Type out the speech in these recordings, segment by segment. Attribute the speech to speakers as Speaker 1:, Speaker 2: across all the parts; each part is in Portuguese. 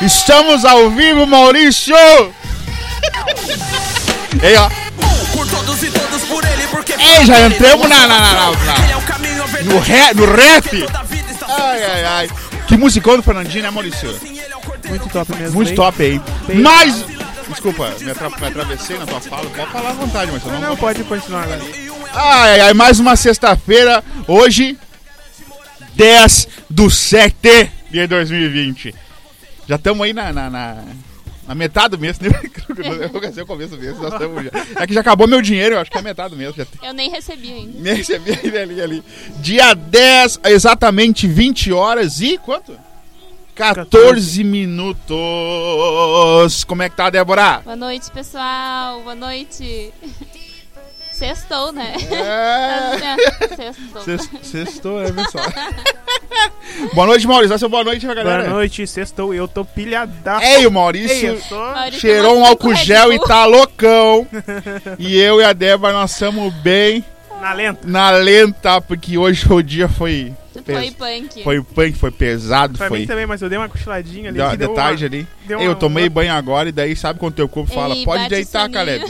Speaker 1: Estamos ao vivo, Maurício! Ei, ó.
Speaker 2: Por todos e todos por ele, porque.
Speaker 1: Ei, já entramos na- na- na- na- na-
Speaker 2: Ele é o caminho, a verdade,
Speaker 1: No, ra no rap!
Speaker 2: toda a vida está
Speaker 1: Ai, ai, ai. Que musicão do Fernandinho, né, Maurício?
Speaker 2: assim, ele é o cordeiro.
Speaker 3: Muito top mesmo.
Speaker 1: Muito
Speaker 3: hein?
Speaker 1: top, hein?
Speaker 3: Bem-
Speaker 1: Mas. Desculpa, me, atra me atravessei na tua fala. Pode falar à vontade, mas eu não.
Speaker 3: Não, pode continuar agora.
Speaker 1: Ai, ai, ai, mais uma sexta-feira, hoje, 10 do 7 de 2020. Já estamos aí na, na, na- na metade do mês, né? Eu alcancei o começo do mês, nós estamos já. É que já acabou meu dinheiro, eu acho que é metade do mês. Já tem-
Speaker 4: Eu nem recebi ainda.
Speaker 1: me recebi ali, ali, ali. Dia 10, exatamente 20 horas e quanto? 14 minutos. Como é que tá, Débora?
Speaker 4: Boa noite, pessoal. Boa noite. Sextou, né?
Speaker 1: É.
Speaker 4: Sextou.
Speaker 1: Sexto, sextou, né, pessoal? boa noite, Maurício. Dá seu boa noite pra galera.
Speaker 3: Boa noite, sextou. Eu tô pilhadaço.
Speaker 1: Ei, o
Speaker 3: Ei,
Speaker 1: Maurício
Speaker 3: eu sou...
Speaker 4: Maurício,
Speaker 1: cheirou um
Speaker 4: mais cinco
Speaker 1: álcool
Speaker 4: Red
Speaker 1: gel e
Speaker 4: Bull.
Speaker 1: tá loucão. e eu e a Débora, nós estamos bem
Speaker 3: na lenta.
Speaker 1: na lenta, porque hoje o dia foi...
Speaker 4: Foi punk.
Speaker 1: Foi punk, foi pesado,
Speaker 3: Pra mim
Speaker 1: foi...
Speaker 3: também, mas eu dei uma cochiladinha ali.
Speaker 1: Da,
Speaker 3: que
Speaker 1: de
Speaker 3: deu uma-
Speaker 1: tarde ali.
Speaker 3: deu
Speaker 1: eu
Speaker 3: uma-
Speaker 1: tomei banho agora e daí sabe quando teu corpo fala,
Speaker 4: Ele
Speaker 1: pode
Speaker 4: bate o
Speaker 1: deitar,
Speaker 4: soninho.
Speaker 1: Caleb.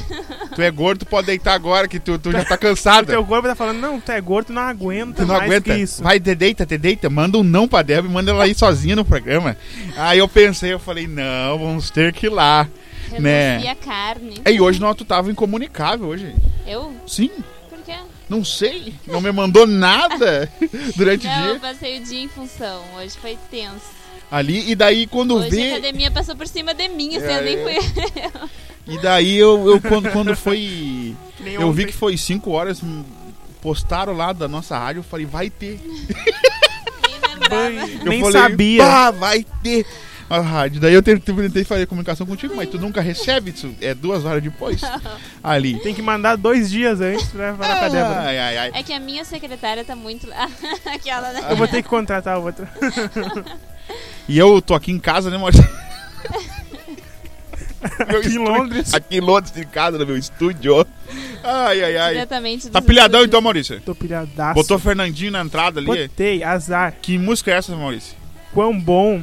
Speaker 1: Tu é gordo, tu pode deitar agora, que tu, tu já tá cansado.
Speaker 3: Teu corpo tá falando, não, tu é gordo, tu não aguenta
Speaker 1: Tu não
Speaker 3: mais
Speaker 1: aguenta.
Speaker 3: que isso.
Speaker 1: Vai, te deita, te deita. Manda um não pra Débora e manda ela ir sozinha no programa. Aí eu pensei, eu falei, não, vamos ter que ir lá.
Speaker 4: Reduzir
Speaker 1: né?
Speaker 4: a carne.
Speaker 1: E hoje não, tu tava incomunicável hoje.
Speaker 4: Eu?
Speaker 1: Sim,
Speaker 4: Por quê?
Speaker 1: não sei. Não me mandou nada durante o
Speaker 4: Não, eu
Speaker 1: dia
Speaker 4: passei o dia em função. Hoje foi tenso.
Speaker 1: ali. E daí quando
Speaker 4: Hoje a
Speaker 1: vê.
Speaker 4: academia passou por cima de mim, assim,
Speaker 1: É,
Speaker 4: eu nem fui.
Speaker 1: E daí eu, eu quando, quando foi.
Speaker 3: Nem
Speaker 1: Eu vi
Speaker 3: ontem.
Speaker 1: que foi 5 horas. hum, Postaram lá da nossa rádio, eu falei, vai ter.
Speaker 3: Bem,
Speaker 1: Eu
Speaker 3: Nem
Speaker 1: falei,
Speaker 3: sabia.
Speaker 1: "Pá, vai ter. A rádio. Daí eu tentei, tentei fazer comunicação contigo, mas tu nunca recebe isso. É duas horas depois. Ali.
Speaker 3: Tem que mandar dois dias antes pra falar
Speaker 1: Ah,
Speaker 3: pra Débora.
Speaker 1: Ai, ai, ai.
Speaker 4: É que a minha secretária tá muito lá. Aquela, né?
Speaker 3: Eu vou ter que contratar outra.
Speaker 1: E eu tô aqui em casa, né, Maurício? Meu
Speaker 3: Aqui em
Speaker 1: estúdio-
Speaker 3: Londres.
Speaker 1: Aqui em Londres, em casa, no meu estúdio. Ai, ai, ai.
Speaker 4: Diretamente
Speaker 1: Tá
Speaker 4: dos
Speaker 1: pilhadão então,
Speaker 4: estúdios.
Speaker 1: Maurício?
Speaker 3: Tô pilhadaço.
Speaker 1: Botou Fernandinho na entrada ali.
Speaker 3: Botei, azar.
Speaker 1: Que música é essa, Maurício?
Speaker 3: Quão bom.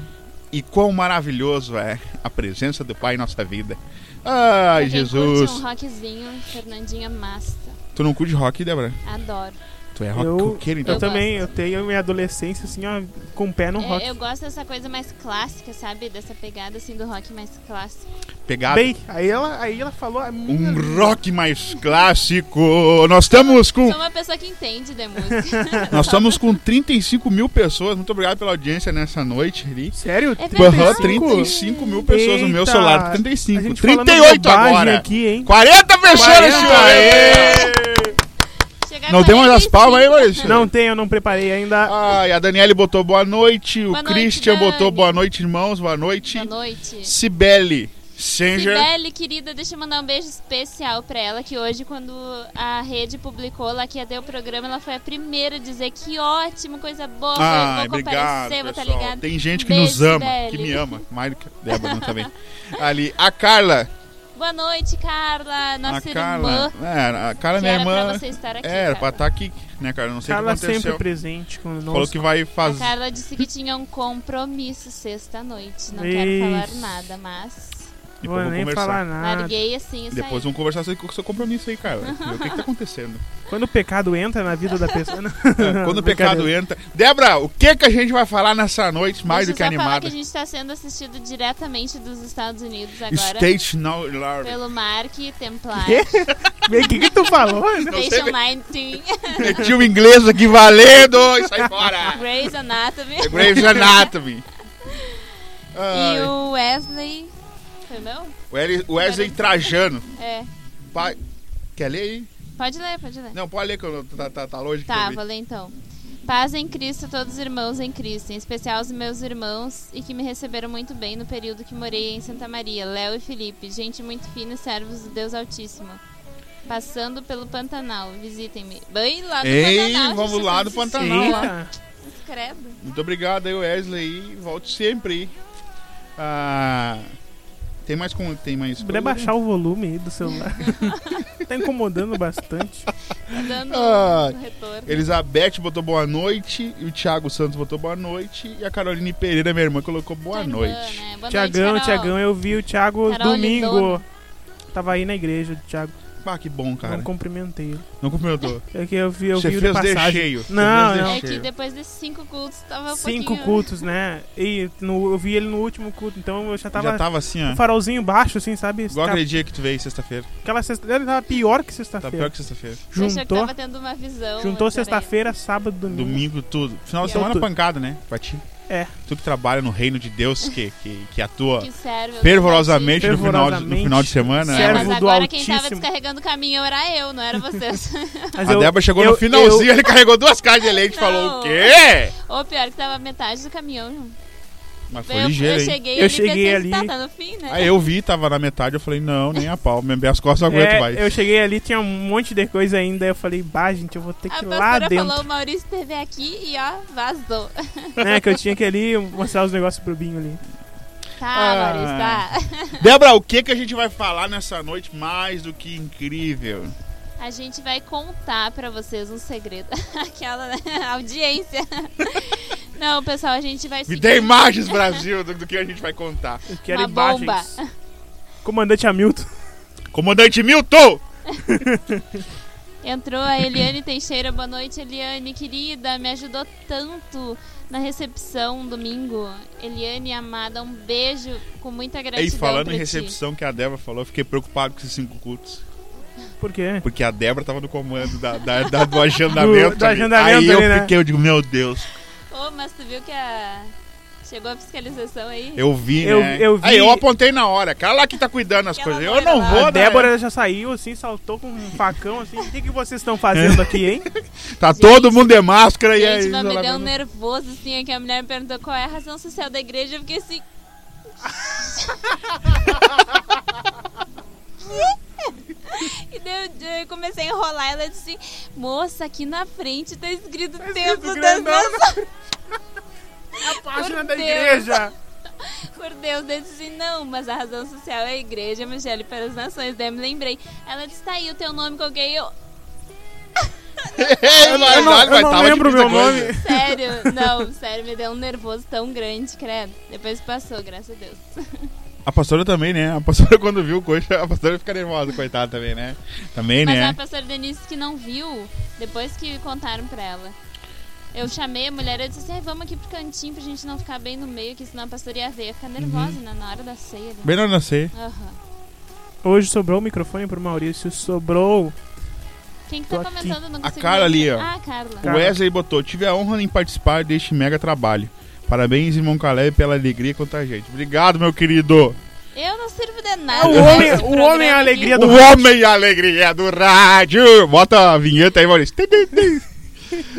Speaker 1: E quão maravilhoso é a presença do Pai em nossa vida. Ai,
Speaker 4: Pra quem
Speaker 1: Jesus.
Speaker 4: curte um rockzinho, Fernandinha Masta.
Speaker 1: Tu não curte rock, Débora?
Speaker 4: Adoro.
Speaker 1: Tu é
Speaker 3: Eu-
Speaker 1: roqueiro, então?
Speaker 3: Eu também, eu tenho minha adolescência assim, ó, com o pé no
Speaker 4: É,
Speaker 3: rock.
Speaker 4: eu gosto dessa coisa mais clássica, sabe? Dessa pegada assim do rock mais clássico.
Speaker 1: Pegada.
Speaker 3: Bem, aí ela, aí ela falou a minha...
Speaker 1: Ah. Um rock mais clássico. Nós estamos com
Speaker 4: Sou uma pessoa que entende de música.
Speaker 1: Nós estamos com 35 mil pessoas. Muito obrigado pela audiência nessa noite ali.
Speaker 3: Sério?
Speaker 4: É verdade.
Speaker 1: Aham,
Speaker 4: 35?
Speaker 1: 35 mil pessoas no meu
Speaker 3: Eita,
Speaker 1: celular.
Speaker 3: a
Speaker 1: 35.
Speaker 3: gente falando
Speaker 1: 38
Speaker 3: bobagem
Speaker 1: agora.
Speaker 3: aqui, é. hein?
Speaker 1: 40 pessoas nesse
Speaker 3: 40,
Speaker 1: horário.
Speaker 4: Chegar
Speaker 1: Não tem mais as palmas aí, Maurício?
Speaker 3: Não tem, eu não preparei ainda.
Speaker 1: Ai, a Daniele botou boa noite. O
Speaker 4: Boa noite,
Speaker 1: Christian
Speaker 4: Dani.
Speaker 1: botou boa noite, irmãos. Boa noite.
Speaker 4: Boa noite.
Speaker 1: Cibele. Sanger.
Speaker 4: Sibeli, querida, deixa eu mandar um beijo especial pra ela, que hoje, quando a rede publicou lá que ia ter o programa, ela foi a primeira a dizer que ótimo, coisa boa,
Speaker 1: Ai,
Speaker 4: eu vou
Speaker 1: obrigado,
Speaker 4: comparecer, vou tá
Speaker 1: pessoal.
Speaker 4: ligado.
Speaker 1: Tem gente que
Speaker 4: Beijo,
Speaker 1: nos ama,
Speaker 4: Cibele.
Speaker 1: que me ama. Mais do que a Débora não tá bem. Ali, a Carla.
Speaker 4: Boa noite, Carla, nossa
Speaker 1: a
Speaker 4: irmã.
Speaker 1: Carla. É, a Carla,
Speaker 4: que
Speaker 1: minha
Speaker 4: era
Speaker 1: irmã.
Speaker 4: pra você estar aqui.
Speaker 1: É, era pra
Speaker 4: Carla.
Speaker 1: estar aqui, né, cara? Eu Não sei o que
Speaker 3: Carla
Speaker 1: aconteceu.
Speaker 3: sempre presente com nós.
Speaker 1: Falou que vai
Speaker 4: A
Speaker 1: fazer.
Speaker 4: Carla disse que tinha um compromisso sexta-noite. Não
Speaker 3: Ixi.
Speaker 4: quero falar nada, mas
Speaker 3: Vou
Speaker 1: Depois vou
Speaker 3: nem
Speaker 1: tipo, conversar.
Speaker 3: falar nada.
Speaker 4: larguei assim e
Speaker 1: Ah, Depois um
Speaker 4: saí.
Speaker 1: vamos conversar sobre o seu compromisso aí, cara. Ver O que, que tá acontecendo?
Speaker 3: Quando o pecado entra na vida da pessoa... Não.
Speaker 1: É, Quando o pecado entra. Débora, o que que a gente vai falar nessa noite mais do
Speaker 4: Deixa
Speaker 1: que
Speaker 4: eu só falar
Speaker 1: animada?
Speaker 4: que a gente está sendo assistido diretamente dos Estados Unidos agora
Speaker 1: State Now Larry.
Speaker 4: pelo Mark Templar.
Speaker 3: Quê? O que, que tu falou? né?
Speaker 4: Station 19,
Speaker 1: Meti o um inglês aqui valendo e sai fora.
Speaker 4: Grey's Anatomy
Speaker 1: É Graves Anatomy. Ai,
Speaker 4: e o Wesley. Foi meu?
Speaker 1: o Eli- o Wesley Trajano.
Speaker 4: É.
Speaker 1: Pai- Quer ler aí?
Speaker 4: Pode ler, pode ler.
Speaker 1: Não, pode ler que eu, tá, tá, tá longe. que eu
Speaker 4: Tá,
Speaker 1: li.
Speaker 4: vou ler então. Paz em Cristo, todos os irmãos em Cristo, em especial os meus irmãos e que me receberam muito bem no período que morei em Santa Maria, Léo e Felipe, gente muito fina e servos do Deus Altíssimo. Passando pelo Pantanal, visitem-me. Bem lá no
Speaker 1: Ei,
Speaker 4: Pantanal.
Speaker 1: vamos
Speaker 4: gente,
Speaker 1: lá
Speaker 4: eu
Speaker 1: no
Speaker 4: preciso-
Speaker 1: Pantanal, lá.
Speaker 3: Eita.
Speaker 4: Credo.
Speaker 1: Muito obrigado aí, Wesley. Volte sempre. Ah, Tem mais como tem mais.
Speaker 3: Poderia baixar o volume aí do celular. tá incomodando bastante.
Speaker 4: Tá dando
Speaker 1: Ah,
Speaker 4: um retorno.
Speaker 1: Elizabeth botou boa noite, e o Thiago Santos botou boa noite, e a Caroline Pereira, minha irmã, colocou boa
Speaker 4: Irmã,
Speaker 1: noite.
Speaker 4: né? Boa
Speaker 3: Tiagão,
Speaker 4: noite, Carol.
Speaker 3: Tiagão, eu vi o Thiago
Speaker 4: Carol
Speaker 3: domingo.
Speaker 4: Lindona.
Speaker 3: Tava aí na igreja do Thiago.
Speaker 1: Ah, que bom, cara.
Speaker 3: Não cumprimentei ele.
Speaker 1: Não cumprimentou.
Speaker 3: É que eu vi, eu
Speaker 1: Você
Speaker 3: vi o de
Speaker 1: fez
Speaker 3: passagem.
Speaker 1: deixeio. Você
Speaker 3: Não,
Speaker 1: fez
Speaker 3: não.
Speaker 4: É que
Speaker 1: deixeio.
Speaker 4: depois desses cinco cultos tava um
Speaker 3: Cinco
Speaker 4: pouquinho...
Speaker 3: cultos, né? E no- eu vi ele no último culto, então eu já tava.
Speaker 1: Já tava assim,
Speaker 3: um
Speaker 1: ó.
Speaker 3: farolzinho baixo, assim, sabe?
Speaker 1: Igual aquele dia que tu veio sexta-feira.
Speaker 3: Aquela sexta ele tava pior que
Speaker 1: Tá
Speaker 3: sexta-feira.
Speaker 1: pior que sexta-feira.
Speaker 4: Eu achei que
Speaker 3: Juntou,
Speaker 4: tava tendo uma visão.
Speaker 3: juntou
Speaker 4: mas peraí.
Speaker 3: sexta-feira, sábado, domingo.
Speaker 1: Domingo, tudo. Final de
Speaker 4: E
Speaker 1: semana,
Speaker 3: outro?
Speaker 1: pancada, né? Pra ti.
Speaker 3: É.
Speaker 1: Tu que trabalha no reino de Deus, que, que, que atua
Speaker 4: Que serve. eu
Speaker 1: fervorosamente no final, de, no
Speaker 3: Fervorosamente.
Speaker 1: final de semana.
Speaker 4: tô
Speaker 1: né?
Speaker 4: sentindo.
Speaker 3: Servo
Speaker 4: É, mas
Speaker 3: do
Speaker 4: agora quem tava
Speaker 3: Altíssimo.
Speaker 4: descarregando o caminho era eu, não era vocês.
Speaker 3: Mas
Speaker 1: A
Speaker 3: eu-
Speaker 1: Débora chegou
Speaker 3: eu-
Speaker 1: no finalzinho,
Speaker 3: eu-
Speaker 1: ele carregou duas caixas de leite e falou
Speaker 4: Não.
Speaker 1: o quê?
Speaker 4: Ou pior, que tava metade do caminhão.
Speaker 1: Mas foi
Speaker 4: Eu, eu
Speaker 1: ligeiro, hein?
Speaker 4: cheguei
Speaker 3: Eu
Speaker 4: ali e
Speaker 3: cheguei
Speaker 4: pensei,
Speaker 3: ali-
Speaker 4: tá, tá no fim, né?
Speaker 1: Aí eu vi, tava na metade, eu falei, não, nem a pau. Minhas costas não aguento
Speaker 3: é,
Speaker 1: mais.
Speaker 3: eu cheguei ali, tinha um monte de coisa ainda. Eu falei, bah, gente, eu vou ter
Speaker 4: A
Speaker 3: que ir lá
Speaker 4: pastora
Speaker 3: dentro.
Speaker 4: falou, o Maurício teve aqui e ó, vazou.
Speaker 3: Né, que eu tinha que ir ali mostrar os negócios pro Binho ali.
Speaker 4: Tá,
Speaker 1: Ah.
Speaker 4: Maurício, tá.
Speaker 1: Débora, o que, que a gente vai falar nessa noite mais do que incrível?
Speaker 4: A gente vai contar pra vocês um segredo. Aquela né, audiência. Não, pessoal, a gente vai
Speaker 1: Me
Speaker 4: seguir
Speaker 1: dê imagens, Brasil, do, do que a gente vai contar.
Speaker 3: Eu quero
Speaker 4: uma
Speaker 3: imagens.
Speaker 4: bomba.
Speaker 3: Comandante Hamilton.
Speaker 1: Comandante Milton!
Speaker 4: Entrou a Eliane Teixeira. Boa noite, Eliane, querida. Me ajudou tanto na recepção domingo. Eliane, amada, um beijo com muita
Speaker 1: E
Speaker 4: gratidão.
Speaker 1: falando
Speaker 4: pra
Speaker 1: em
Speaker 4: ti.
Speaker 1: recepção que a Débora falou, eu fiquei preocupado com esses cinco cultos.
Speaker 3: Por quê?
Speaker 1: Porque a Débora tava no comando da, da- da- do agendamento.
Speaker 3: Do- do
Speaker 1: ali.
Speaker 3: agendamento
Speaker 1: aí
Speaker 3: ali,
Speaker 1: eu
Speaker 3: né?
Speaker 1: fiquei, eu digo, meu Deus.
Speaker 4: Ô, mas tu viu que a... chegou a fiscalização aí?
Speaker 1: Eu vi,
Speaker 3: Eu-
Speaker 1: né?
Speaker 3: eu vi-
Speaker 1: Aí eu apontei na hora. Cara lá que tá cuidando das
Speaker 4: Aquela
Speaker 1: coisas. Eu
Speaker 4: loira
Speaker 1: não
Speaker 4: lá.
Speaker 1: vou,
Speaker 3: a
Speaker 1: né?
Speaker 3: Débora já saiu, assim, saltou com um facão, assim. O que, que vocês estão fazendo aqui, hein?
Speaker 1: Tá todo mundo de máscara e aí.
Speaker 4: Gente, mas me deu um
Speaker 1: isolamento.
Speaker 4: nervoso, assim, é que a mulher me perguntou qual é a razão social da igreja, eu fiquei assim... e daí eu, eu comecei a enrolar, ela disse assim, moça, aqui na frente tá escrito Templo das
Speaker 3: grandão
Speaker 4: Nações.
Speaker 3: A página
Speaker 4: Por
Speaker 3: da
Speaker 4: Deus.
Speaker 3: igreja.
Speaker 4: Por Deus, eu disse não, mas a razão social é a igreja evangélica para as nações, daí eu me lembrei. Ela disse, tá aí o teu nome, qualquer... Eu,
Speaker 1: Ei, mas
Speaker 3: Eu não,
Speaker 1: olha,
Speaker 3: eu não
Speaker 1: tava
Speaker 3: lembro o
Speaker 1: difícil
Speaker 3: meu
Speaker 1: a coisa.
Speaker 3: nome.
Speaker 4: sério, não, sério, me deu um nervoso tão grande, credo. Depois passou, graças a Deus.
Speaker 1: A pastora também, né? A pastora quando viu o coxa, a pastora fica nervosa, coitada também, né? Também,
Speaker 4: Mas a
Speaker 1: né?
Speaker 4: pastora Denise que não viu, depois que contaram pra ela. Eu chamei a mulher e disse assim, "Ai, vamos aqui pro cantinho pra gente não ficar bem no meio, que senão a pastora ia ver, ia
Speaker 3: Uhum.
Speaker 4: ficar nervosa, né, na hora da ceia. né?"
Speaker 1: Bem na hora da ceia.
Speaker 4: Aham.
Speaker 3: Hoje sobrou o microfone pro Maurício. Sobrou.
Speaker 1: É
Speaker 4: Quem que tá
Speaker 3: Tô aqui.
Speaker 4: comentando? Não
Speaker 1: A
Speaker 4: consigo
Speaker 1: Carla
Speaker 4: ver.
Speaker 1: ali, ó.
Speaker 4: Ah, a Carla.
Speaker 1: O Wesley botou, tive a honra em participar deste mega trabalho. Parabéns, irmão Caleb, pela alegria contagiante. Obrigado, meu querido.
Speaker 4: Eu não sirvo de
Speaker 3: O
Speaker 4: nada.
Speaker 3: homem,
Speaker 4: nesse
Speaker 3: o homem é
Speaker 4: programa
Speaker 3: a alegria
Speaker 1: O
Speaker 3: do rádio.
Speaker 1: homem e a alegria do rádio. Bota a vinheta aí, Maurício. Tim, tim, tim.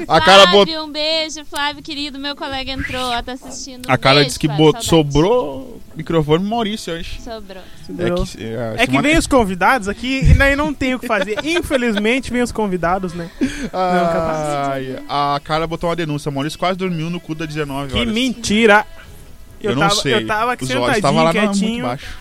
Speaker 1: A
Speaker 4: aqui.
Speaker 1: cara
Speaker 4: Flávio,
Speaker 1: botou.
Speaker 4: um beijo, Flávio, querido. Meu colega entrou, ó, tá assistindo.
Speaker 1: A cara
Speaker 4: Beijo,
Speaker 1: disse que
Speaker 4: Flávio,
Speaker 1: botou,
Speaker 4: saudade.
Speaker 1: sobrou o microfone pro Maurício hoje.
Speaker 4: Sobrou.
Speaker 3: Sobrou.
Speaker 1: é,
Speaker 3: É que vem os convidados aqui e daí não tem o que fazer. Infelizmente vem os convidados, né?
Speaker 1: Ai, a Carla botou uma denúncia. Maurício quase dormiu no cu da 19
Speaker 3: Que
Speaker 1: horas.
Speaker 3: mentira! Eu,
Speaker 1: Eu não
Speaker 3: tava,
Speaker 1: sei.
Speaker 3: eu tava aqui
Speaker 1: Os olhos
Speaker 3: sentadinho,
Speaker 1: estavam lá na- muito
Speaker 3: quietinho,
Speaker 1: baixo.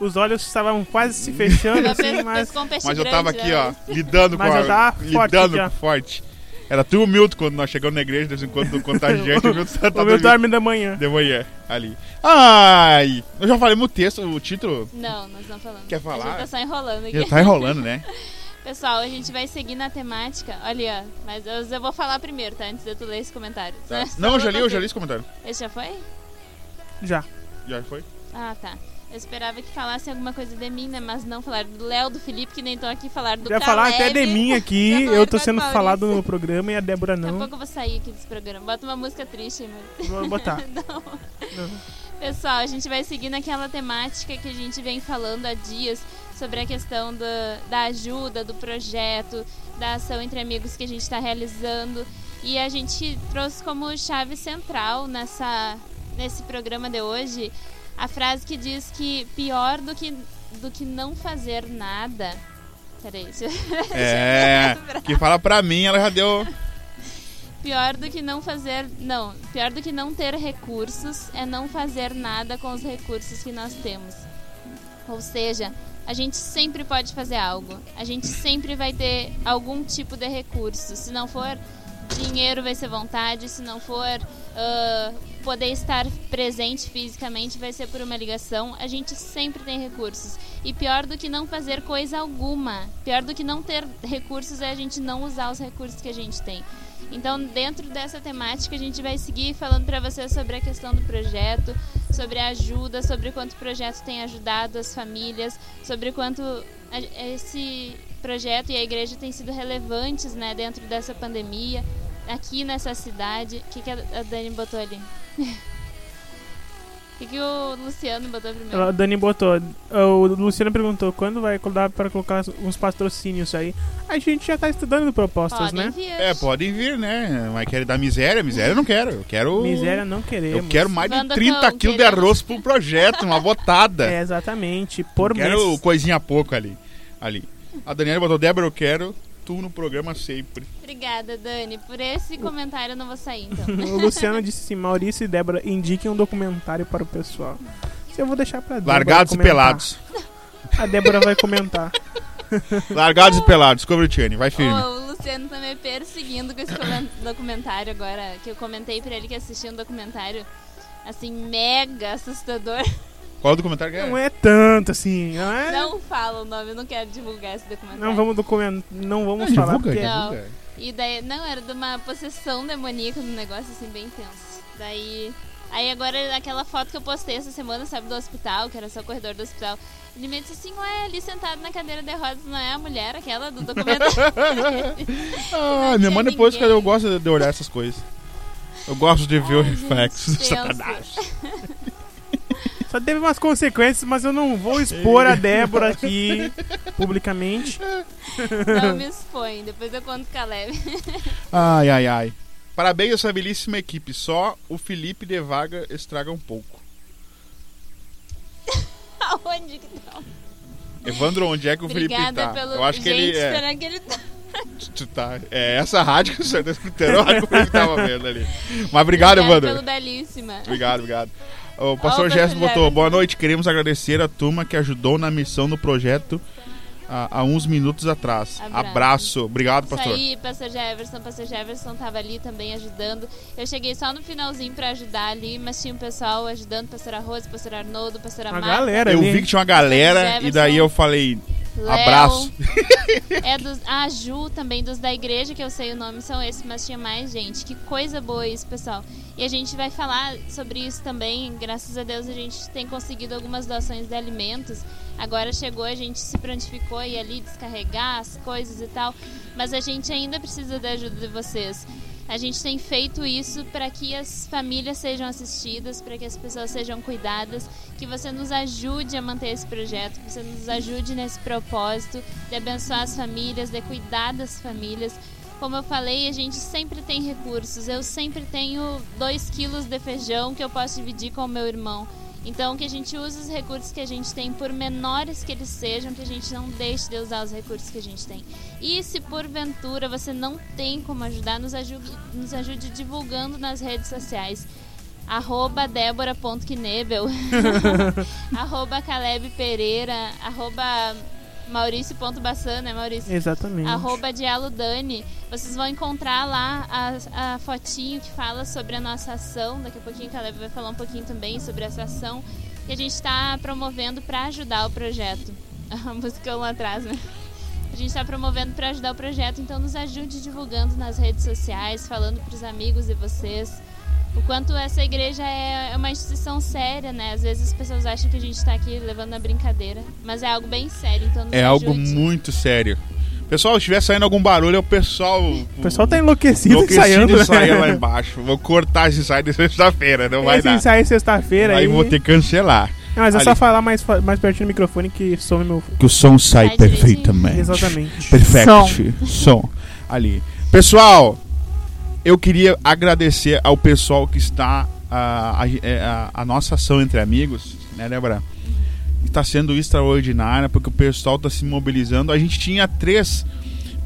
Speaker 3: os olhos estavam quase se
Speaker 4: Tá
Speaker 3: fechando, assim, mas
Speaker 4: um
Speaker 1: Mas eu
Speaker 4: né?
Speaker 1: tava aqui, ó, lidando
Speaker 3: Mas
Speaker 1: com
Speaker 3: eu
Speaker 1: a.
Speaker 3: tava forte
Speaker 1: Lidando
Speaker 3: aqui, ó.
Speaker 1: com forte. Era tu e o Milton quando nós chegamos na igreja, de vez em quando contagiante, o Milton tá, tá
Speaker 3: o meu
Speaker 1: dormindo
Speaker 3: dorme da manhã.
Speaker 1: de manhã um é", ali. Ai! Eu já falei muito texto, o título
Speaker 4: Não, nós não falamos.
Speaker 1: Quer falar?
Speaker 4: A gente tá só enrolando aqui.
Speaker 1: já tá enrolando, né?
Speaker 4: Pessoal, a gente vai seguir na temática. Olha, ó, mas eu, eu vou falar primeiro, tá? Antes de tu ler esse comentário.
Speaker 1: Tá.
Speaker 4: Só
Speaker 1: Não, eu
Speaker 4: pra
Speaker 1: já li, eu
Speaker 4: fazer.
Speaker 1: já li esse comentário.
Speaker 4: Esse já foi?
Speaker 1: Tá
Speaker 3: Já.
Speaker 1: Já foi?
Speaker 4: Ah, tá. Eu esperava que falassem alguma coisa de mim, né? Mas não falaram do Léo, do Felipe, que nem tô aqui, falaram do
Speaker 3: Já falar
Speaker 4: Caleb.
Speaker 3: até de mim
Speaker 4: tá Já
Speaker 3: aqui,
Speaker 4: falaram
Speaker 3: eu tô
Speaker 4: do
Speaker 3: sendo
Speaker 4: Maurício.
Speaker 3: falado no programa e a Débora
Speaker 4: Daqui a
Speaker 3: não.
Speaker 4: pouco eu vou sair aqui desse programa. Bota uma música triste aí, mas...
Speaker 3: Vou botar.
Speaker 4: Não. Pessoal, a gente vai seguir naquela temática que a gente vem falando há dias sobre a questão da, da ajuda, do projeto, da ação entre amigos que a gente está realizando. E a gente trouxe como chave central nessa, nesse programa de hoje a frase que diz que pior do que, do que não fazer nada. Peraí, deixa eu-
Speaker 1: É. Que fala pra mim, ela já deu.
Speaker 4: Pior do que não fazer. Não, pior do que não ter recursos é não fazer nada com os recursos que nós temos. Ou seja, a gente sempre pode fazer algo. A gente sempre vai ter algum tipo de recurso. Se não for dinheiro, vai ser vontade. Se não for ah, poder estar presente fisicamente, vai ser por uma ligação. A gente sempre tem recursos. E pior do que não fazer coisa alguma, pior do que não ter recursos é a gente não usar os recursos que a gente tem. Então, dentro dessa temática, a gente vai seguir falando para vocês sobre a questão do projeto, sobre a ajuda, sobre quanto o projeto tem ajudado as famílias, sobre quanto a- esse projeto e a igreja têm sido relevantes né, dentro dessa pandemia, aqui nessa cidade. O que, que a a Dani botou ali? O que, que o Luciano botou primeiro?
Speaker 3: Ela- A Dani botou. eh, O Luciano perguntou quando vai dar para colocar uns patrocínios aí. A gente já tá estudando propostas,
Speaker 4: Podem
Speaker 3: né?
Speaker 4: vir.
Speaker 1: É, podem vir, né? Mas querem dar miséria? Miséria eu não quero. Eu quero.
Speaker 3: Miséria não queremos.
Speaker 1: Eu quero mais de
Speaker 4: Manda
Speaker 1: 30
Speaker 4: pão,
Speaker 1: quilos de
Speaker 4: queremos.
Speaker 1: arroz pro projeto, uma botada.
Speaker 3: É, exatamente. Por
Speaker 1: Eu quero
Speaker 3: mês.
Speaker 1: coisinha pouco ali. ali. A Daniela botou, Débora, eu quero tu no programa sempre.
Speaker 4: Obrigada, Dani. Por esse comentário eu não vou sair, então.
Speaker 3: O Luciano disse assim: Maurício e Débora, indiquem um documentário para o pessoal. Isso eu vou deixar pra Débora.
Speaker 1: Largados e
Speaker 3: comentar.
Speaker 1: pelados.
Speaker 3: A Débora vai comentar.
Speaker 1: Largados e pelados, Discovery Channel, vai firme.
Speaker 4: Ô, o Luciano tá me perseguindo com esse comen- documentário agora, que eu comentei pra ele que assistia um documentário, assim, mega assustador.
Speaker 1: Qual o documentário que é?
Speaker 3: Não é tanto assim. Não, é...
Speaker 4: Não fala o nome, eu não quero divulgar esse documentário.
Speaker 3: Não vamos documentar. Não vamos
Speaker 1: Não,
Speaker 3: falar
Speaker 1: divulga,
Speaker 3: porque é
Speaker 4: Não.
Speaker 1: divulga.
Speaker 4: E daí, não, era de uma possessão demoníaca, um negócio assim bem tenso. Daí, aí agora aquela foto que eu postei essa semana, sabe, do hospital, que era só o corredor do hospital. Ele me disse assim, ué, ali sentado na cadeira de rodas, não é a mulher aquela do documentário?
Speaker 1: Ah, minha
Speaker 4: tinha
Speaker 1: mãe depois que
Speaker 4: ninguém.
Speaker 1: eu gosto de olhar essas coisas. Eu gosto de ver o
Speaker 4: Ai, gente,
Speaker 1: reflexo do
Speaker 4: tenso.
Speaker 1: Satanás.
Speaker 3: Só teve umas consequências, mas eu não vou expor a Débora aqui publicamente.
Speaker 4: Não me expõe, depois eu conto com a Leve.
Speaker 1: Ai, ai, ai. Parabéns a essa belíssima equipe. Só o Felipe de Vaga estraga um pouco.
Speaker 4: Aonde que tá?
Speaker 1: Evandro, onde é que o Felipe
Speaker 4: Obrigada
Speaker 1: tá?
Speaker 4: pelo.
Speaker 1: Eu acho que
Speaker 4: Gente,
Speaker 1: ele é.
Speaker 4: será que ele tá?
Speaker 1: Tu tá- É essa rádio que o senhor tá escutando, a rádio que eu tava vendo tá ali. Mas obrigado, Evandro.
Speaker 4: Pelo belíssima.
Speaker 1: Obrigado, obrigado. O pastor
Speaker 4: Olha a
Speaker 1: Gerson botou,
Speaker 4: oportunidade.
Speaker 1: boa noite, queremos agradecer a turma que ajudou na missão do projeto há, há uns minutos atrás.
Speaker 4: Abraço.
Speaker 1: Abraço. Obrigado,
Speaker 4: Isso
Speaker 1: pastor.
Speaker 4: aí, pastor Jefferson, pastor Jefferson tava ali também ajudando. Eu cheguei só no finalzinho pra ajudar ali, mas tinha o pessoal ajudando, pastor Arroz, pastor Arnoldo, pastor
Speaker 3: A
Speaker 4: Marta,
Speaker 3: galera né?
Speaker 1: Eu
Speaker 3: ali.
Speaker 1: vi que tinha uma galera
Speaker 4: Jefferson.
Speaker 1: e daí eu falei,
Speaker 4: Léo,
Speaker 1: abraço.
Speaker 4: É dos, a Ju também, dos da igreja, que eu sei o nome são esses, mas tinha mais gente. Que coisa boa isso, pessoal. E a gente vai falar sobre isso também. Graças a Deus a gente tem conseguido algumas doações de alimentos. Agora chegou, a gente se prontificou e ali descarregar as coisas e tal. Mas a gente ainda precisa da ajuda de vocês. A gente tem feito isso para que as famílias sejam assistidas, para que as pessoas sejam cuidadas, que você nos ajude a manter esse projeto, que você nos ajude nesse propósito de abençoar as famílias, de cuidar das famílias. Como eu falei, a gente sempre tem recursos. Eu sempre tenho 2 quilos de feijão que eu posso dividir com o meu irmão. Então, que a gente use os recursos que a gente tem, por menores que eles sejam, que a gente não deixe de usar os recursos que a gente tem. E se porventura você não tem como ajudar, nos ajude, nos ajude divulgando nas redes sociais. Arroba Débora.knebel, arroba Caleb Pereira, arroba Maurício.bassan, né, Maurício?
Speaker 3: Exatamente.
Speaker 4: arroba Dialo Dani. Vocês vão encontrar lá a, a fotinho que fala sobre a nossa ação. Daqui a pouquinho o Caleb vai falar um pouquinho também sobre essa ação que a gente está promovendo para ajudar o projeto. A música lá atrás, né? A gente está promovendo para ajudar o projeto, então nos ajude divulgando nas redes sociais, falando para os amigos de vocês. O quanto essa igreja é é uma instituição séria, né? Às vezes as pessoas acham que a gente está aqui levando na brincadeira, mas é algo bem sério, então nos
Speaker 1: É algo
Speaker 4: ajude.
Speaker 1: muito sério. Pessoal, se estiver saindo algum barulho, é o pessoal.
Speaker 3: O pessoal tá enlouquecido,
Speaker 1: enlouquecido
Speaker 3: ensaiando.
Speaker 1: e saindo lá
Speaker 3: né?
Speaker 1: embaixo. Vou cortar esse ensaio de sexta-feira, não vai
Speaker 3: Esse
Speaker 1: dar.
Speaker 3: ensaio é sexta-feira aí.
Speaker 1: Aí vou ter que cancelar.
Speaker 3: Não, mas é
Speaker 1: Ali.
Speaker 3: só falar mais, fa- mais pertinho do microfone que some meu.
Speaker 1: Que o som sai
Speaker 4: Sai direitinho.
Speaker 1: perfeitamente.
Speaker 3: Exatamente.
Speaker 1: Perfect. Som. Ali. Pessoal, eu queria agradecer ao pessoal que está. ah, A, é, a- a nossa ação entre amigos, né, Débora? Está sendo tá extraordinária porque o pessoal está se mobilizando. A gente tinha três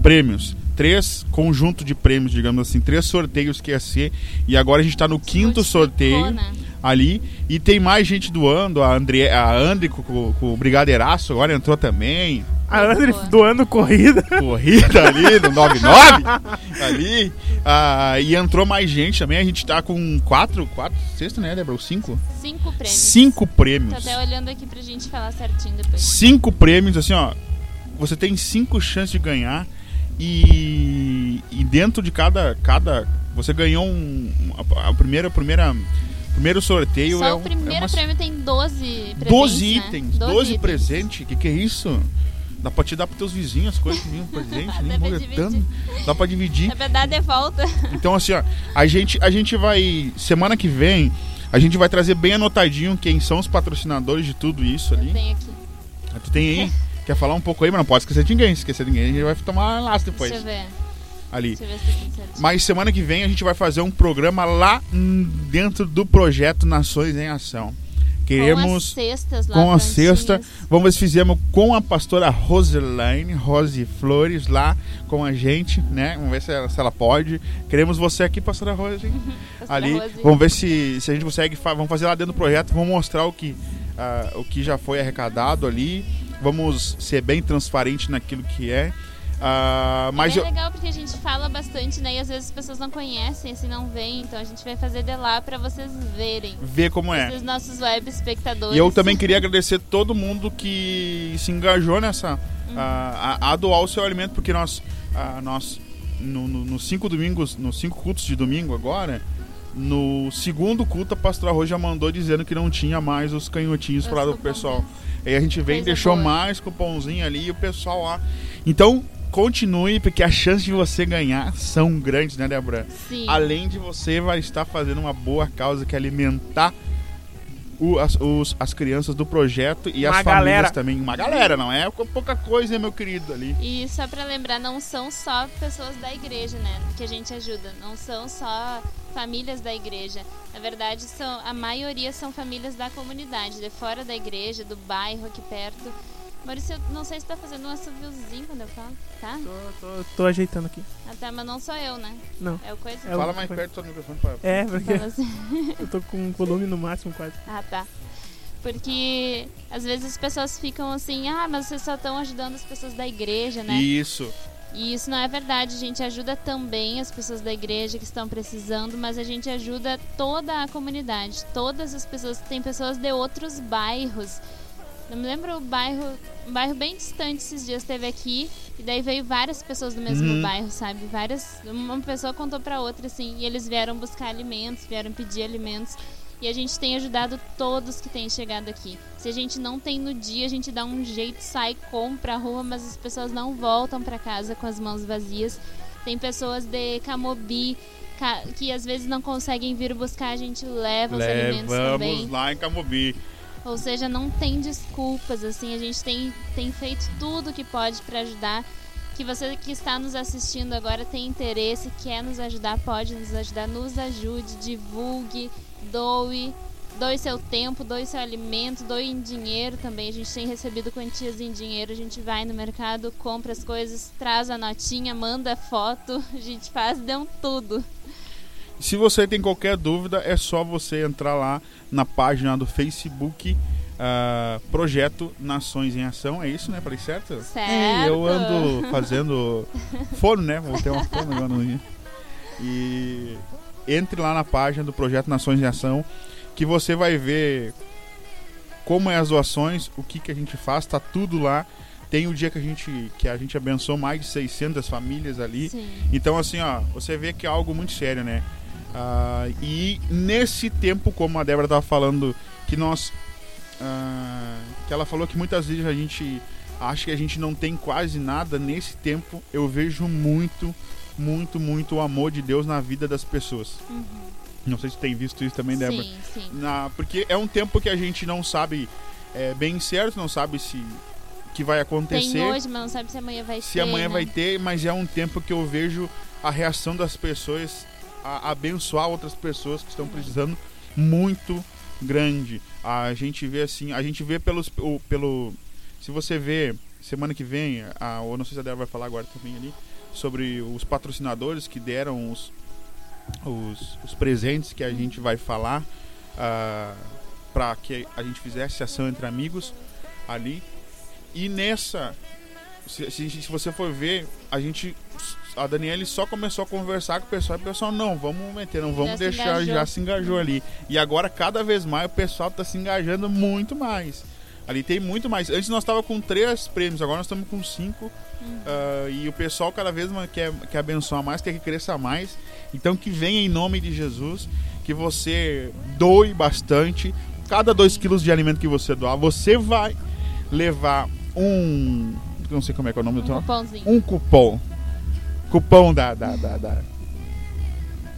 Speaker 1: prêmios. três conjunto de prêmios, digamos assim, três sorteios que ia ser. E agora a gente tá no quinto
Speaker 4: Multiplicou,
Speaker 1: sorteio
Speaker 4: né?
Speaker 1: ali. E tem mais gente doando. A André, a Andri com, com- com o Brigadeiraço agora entrou também.
Speaker 3: A André
Speaker 4: Boa.
Speaker 3: doando corrida.
Speaker 1: Corrida ali no 99. ali. Ah, e entrou mais gente também. A gente tá com quatro, quatro, sexto, né, Débora? Ou Cinco?
Speaker 4: Cinco prêmios.
Speaker 1: Cinco
Speaker 4: Tô
Speaker 1: prêmios.
Speaker 4: até olhando aqui pra gente falar certinho depois.
Speaker 1: cinco prêmios, assim, ó. Você tem cinco chances de ganhar e, e dentro de cada cada você ganhou um a, a primeira a primeira primeiro sorteio é
Speaker 4: Só
Speaker 1: um-
Speaker 4: o primeiro
Speaker 1: é umas
Speaker 4: prêmio tem 12 presentes,
Speaker 1: 12
Speaker 4: né?
Speaker 1: itens, 12,
Speaker 4: itens.
Speaker 1: presente. Que que é isso? Dá pra te dar pros teus vizinhos as coisas que vinham presente,
Speaker 4: Dá
Speaker 1: nem
Speaker 4: pra
Speaker 1: boletando.
Speaker 4: dividir.
Speaker 1: Dá pra dividir.
Speaker 4: Na verdade, é volta.
Speaker 1: Então, assim, ó, a gente, a gente vai. Semana que vem, a gente vai trazer bem anotadinho quem são os patrocinadores de tudo isso ali.
Speaker 4: Eu tenho aqui.
Speaker 1: Ah, Tu tem aí? Quer falar um pouco aí, mas não pode esquecer de ninguém. Se Esquecer de ninguém, a gente vai tomar um laço depois.
Speaker 4: Deixa eu ver.
Speaker 1: Ali.
Speaker 4: Deixa eu ver se eu tenho certinho.
Speaker 1: Mas semana que vem a gente vai fazer um programa lá hum, dentro do projeto Nações em Ação.
Speaker 4: Com as
Speaker 1: Queremos.
Speaker 4: cestas lá.
Speaker 1: Com a
Speaker 4: prontinhas.
Speaker 1: sexta, vamos ver se fizemos com a pastora Roseline, Rose Flores, lá com a gente, né? Vamos ver se ela, se ela pode. Queremos você aqui, pastora Rose.
Speaker 4: Pastora
Speaker 1: ali.
Speaker 4: Rose.
Speaker 1: Vamos ver se, se a gente consegue. fa- Vamos fazer lá dentro do projeto, vamos mostrar o que, ah, o que já foi arrecadado ali. Vamos ser bem transparente naquilo que é. Ah, mas
Speaker 4: é
Speaker 1: eu,
Speaker 4: bem legal porque a gente fala bastante, né? E às vezes as pessoas não conhecem, assim, não veem. Então a gente vai fazer de lá pra vocês verem.
Speaker 1: ver como é.
Speaker 4: Vocês, nossos web espectadores.
Speaker 1: E eu também queria agradecer todo mundo que se engajou nessa.
Speaker 4: Uhum.
Speaker 1: a, a- a doar o seu alimento, porque nós. ah, nós no- no- nos cinco domingos, nos cinco cultos de domingo agora, no segundo culto, a pastora Rô já mandou dizendo que não tinha mais os canhotinhos
Speaker 4: Os
Speaker 1: para o
Speaker 4: cupons.
Speaker 1: pessoal. Aí a gente vem e
Speaker 4: Coisa
Speaker 1: deixou
Speaker 4: boa.
Speaker 1: mais cupomzinho ali e o pessoal lá. Então, continue, porque as chances de você ganhar são grandes, né, Débora?
Speaker 4: Sim.
Speaker 1: Além de você vai estar fazendo uma boa causa que é alimentar o- as, os- as crianças do projeto e
Speaker 3: Uma
Speaker 1: as famílias
Speaker 3: galera.
Speaker 1: também. Uma galera, não é pouca coisa, meu querido ali.
Speaker 4: E só pra lembrar, não são só pessoas da igreja, né? Que a gente ajuda. Não são só famílias da igreja. Na verdade, são, a maioria são famílias da comunidade, de fora da igreja, do bairro aqui perto. Maurício, eu não sei se tá fazendo um assoviozinho quando eu falo, tá?
Speaker 3: Tô, tô ajeitando aqui.
Speaker 4: Ah, tá, mas não sou eu, né?
Speaker 3: Não.
Speaker 4: É o coisa?
Speaker 3: É o-
Speaker 1: Fala mais perto do seu microfone pra...
Speaker 3: É, porque
Speaker 4: Fala assim.
Speaker 3: eu tô com um volume no máximo quase.
Speaker 4: Ah, tá. Porque às vezes as pessoas ficam assim, ah, mas vocês só estão ajudando as pessoas da igreja, né?
Speaker 1: Isso.
Speaker 4: E isso não é verdade, a gente ajuda também as pessoas da igreja que estão precisando, mas a gente ajuda toda a comunidade, todas as pessoas. Tem pessoas de outros bairros. Não me lembro o bairro, um bairro bem distante esses dias teve aqui, e daí veio várias pessoas do mesmo
Speaker 1: Uhum.
Speaker 4: bairro, sabe? Várias, uma pessoa contou pra outra assim, e eles vieram buscar alimentos, vieram pedir alimentos. E a gente tem ajudado todos que têm chegado aqui. Se a gente não tem no dia, a gente dá um jeito, sai, compra a rua, mas as pessoas não voltam para casa com as mãos vazias. Tem pessoas de Camobi ca- que às vezes não conseguem vir buscar, a gente leva os alimentos também.
Speaker 1: Levamos lá em Camobi.
Speaker 4: Ou seja, não tem desculpas, assim, a gente tem, tem feito tudo que pode para ajudar. Que você que está nos assistindo agora tem interesse, quer nos ajudar, pode nos ajudar, nos ajude, divulgue, doe, doe seu tempo, doe seu alimento, doe em dinheiro também. A gente tem recebido quantias em dinheiro, a gente vai no mercado, compra as coisas, traz a notinha, manda foto, a gente faz, dão tudo.
Speaker 1: Se você tem qualquer dúvida, é só você entrar lá na página do Facebook ah, Projeto Nações em Ação. É isso, né? Falei certo?
Speaker 4: Certo?
Speaker 1: É, eu ando fazendo forno, né? Vou ter uma forno agora no dia. E entre lá na página do Projeto Nações em Ação, que você vai ver como é as doações, o que, que a gente faz, tá tudo lá. Tem o dia que a gente que a gente abençoou mais de 600 famílias ali.
Speaker 4: Sim.
Speaker 1: Então, assim, ó, você vê que é algo muito sério, né? Ah, e nesse tempo, como a Débora tava falando, que nós. ah, que ela falou que muitas vezes a gente acha que a gente não tem quase nada. Nesse tempo, eu vejo muito, muito, muito o amor de Deus na vida das pessoas. Não sei se tu tem visto isso também, Débora.
Speaker 4: Uhum. Sim, sim.
Speaker 1: Na- porque é um tempo que a gente não sabe é, bem certo, não sabe se o que vai acontecer
Speaker 4: Tem hoje, mas não sabe se amanhã vai
Speaker 1: se
Speaker 4: ter.
Speaker 1: amanhã
Speaker 4: né?
Speaker 1: vai ter, mas é um tempo que eu vejo a reação das pessoas a abençoar outras pessoas que estão precisando muito grande. A gente vê assim, a gente vê pelos o- pelo se você vê semana que vem, a, ou não sei se a Débora vai falar agora também ali, sobre os patrocinadores que deram os, os, os presentes que a gente vai falar para que a gente fizesse ação entre amigos ali. E nessa, se, se- se você for ver, a gente, a Daniele só começou a conversar com o pessoal e o pessoal, não, vamos meter, não vamos
Speaker 4: Já se
Speaker 1: deixar,
Speaker 4: engajou.
Speaker 1: já se engajou ali. E agora, cada vez mais, o pessoal tá se engajando muito mais. Ali tem muito mais. Antes nós tava com três prêmios, agora nós estamos com cinco. Ah, e o pessoal cada vez mais quer, quer abençoar mais, quer que cresça mais. Então que venha em nome de Jesus, que você doe bastante. Cada 2 quilos de alimento que você doar, você vai levar um. Não sei como é que é o nome
Speaker 4: Um
Speaker 1: do troço
Speaker 4: cupomzinho.
Speaker 1: um cupom. Cupom da. da, da, da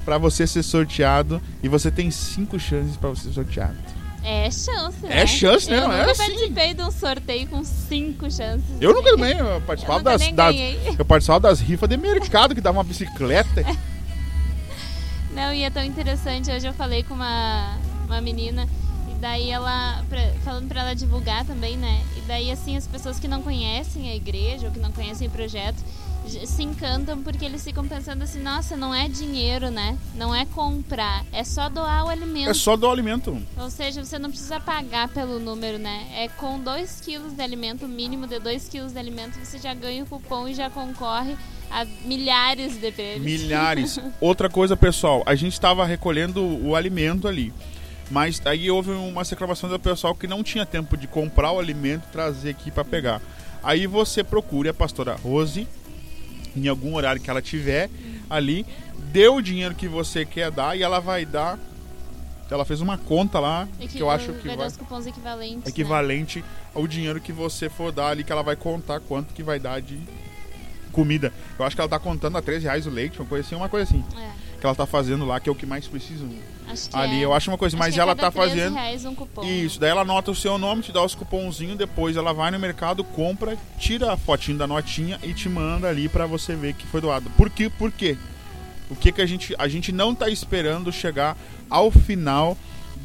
Speaker 1: para você ser sorteado e você tem cinco chances para você ser sorteado.
Speaker 4: É chance, né?
Speaker 1: É chance, né?
Speaker 4: Eu
Speaker 1: Não, é
Speaker 4: nunca
Speaker 1: assim.
Speaker 4: participei de um sorteio com cinco chances.
Speaker 1: Eu nunca ganhei, eu
Speaker 4: Eu
Speaker 1: participava
Speaker 4: nunca
Speaker 1: das,
Speaker 4: nem
Speaker 1: das
Speaker 4: ganhei.
Speaker 1: eu participava das rifas de mercado que dava uma bicicleta.
Speaker 4: Não, e é tão interessante. Hoje eu falei com uma, uma menina e daí ela pra- falando pra ela divulgar também, né? E daí assim as pessoas que não conhecem a igreja ou que não conhecem o projeto j- se encantam porque eles ficam pensando assim, nossa, não é dinheiro, né? Não é comprar, é só doar o alimento.
Speaker 1: É só do alimento.
Speaker 4: Ou seja, você não precisa pagar pelo número, né? É com 2 quilos de alimento, o mínimo de 2 quilos de alimento, você já ganha o cupom e já concorre a milhares de prêmios.
Speaker 1: Milhares. Outra coisa, pessoal, a gente estava recolhendo o alimento ali. Mas aí houve uma reclamação do pessoal que não tinha tempo de comprar o alimento e trazer aqui para pegar. Aí você procure a pastora Rose, em algum horário que ela tiver ali, dê o dinheiro que você quer dar e ela vai dar. Ela fez uma conta lá,
Speaker 4: E
Speaker 1: que eu acho que
Speaker 4: vai dar
Speaker 1: vai
Speaker 4: os cupons equivalentes. né?
Speaker 1: equivalente ao dinheiro que você for dar ali, que ela vai contar quanto que vai dar de comida. Eu acho que ela tá contando a 13 reais o leite, uma coisa assim, uma coisa assim.
Speaker 4: É,
Speaker 1: Que ela tá fazendo lá, que é o que mais preciso
Speaker 4: acho que
Speaker 1: ali.
Speaker 4: é.
Speaker 1: Eu acho uma coisa,
Speaker 4: Acho
Speaker 1: mas
Speaker 4: que a
Speaker 1: ela
Speaker 4: cada
Speaker 1: tá
Speaker 4: 13
Speaker 1: fazendo.
Speaker 4: reais um cupom. né?
Speaker 1: Isso, daí ela anota o seu nome, te dá os cupomzinhos, depois ela vai no mercado, compra, tira a fotinho da notinha e te manda ali pra você ver que foi doado. Por quê? Por quê? O que que a gente a gente não tá esperando chegar ao final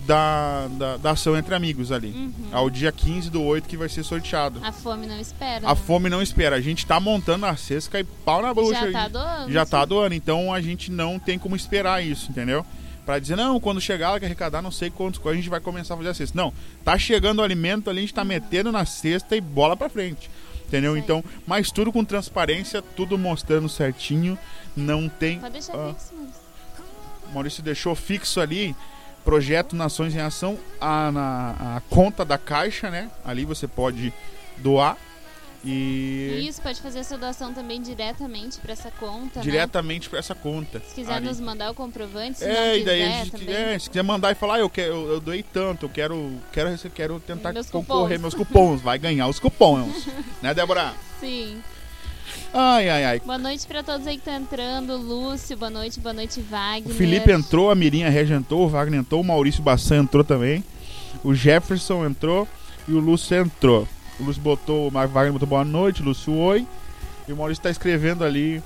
Speaker 1: da, da, da ação entre amigos ali.
Speaker 4: Uhum.
Speaker 1: Ao dia 15 do 8 que vai ser sorteado.
Speaker 4: A fome não espera.
Speaker 1: A
Speaker 4: né?
Speaker 1: fome não espera. A gente tá montando a cesca e pau na bucha.
Speaker 4: Já tá
Speaker 1: aí.
Speaker 4: doando.
Speaker 1: Já tá doando. Então a gente não tem como esperar isso, entendeu? Pra dizer, não, quando chegar, ela quer arrecadar não sei quantos coisas, a gente vai começar a fazer a cesta. Não, tá chegando o alimento ali, a gente tá metendo na cesta e bola pra frente. Entendeu?
Speaker 4: Isso aí.
Speaker 1: Então, mas tudo com transparência, tudo mostrando certinho. Não tem.
Speaker 4: Pode deixar
Speaker 1: Ah.
Speaker 4: fixo, mas...
Speaker 1: Maurício deixou fixo ali projeto Nações em Ação a, na, a conta da caixa, né? Ali você pode doar e
Speaker 4: Isso, pode fazer a sua doação também diretamente pra essa conta. né?
Speaker 1: diretamente pra essa conta.
Speaker 4: Se quiser
Speaker 1: ali.
Speaker 4: nos mandar o comprovante, se não
Speaker 1: é,
Speaker 4: quiser
Speaker 1: e daí a gente,
Speaker 4: também.
Speaker 1: é, se quiser mandar e falar, ah, eu, quero, eu, eu doei tanto, eu quero, quero, rece- quero tentar
Speaker 4: Meus
Speaker 1: concorrer
Speaker 4: cupons.
Speaker 1: meus cupons, vai ganhar os cupons, né, Débora?
Speaker 4: Sim.
Speaker 1: Ai, ai, ai.
Speaker 4: Boa noite pra todos aí que tá entrando. Lúcio, boa noite, boa noite,
Speaker 1: O
Speaker 4: Wagner.
Speaker 1: Felipe entrou, a Mirinha Regia entrou, o Wagner entrou, o Maurício Bassan entrou também, o Jefferson entrou e o Lúcio entrou. O Lúcio botou, o Wagner botou boa noite, Lúcio oi, e o Maurício tá escrevendo ali.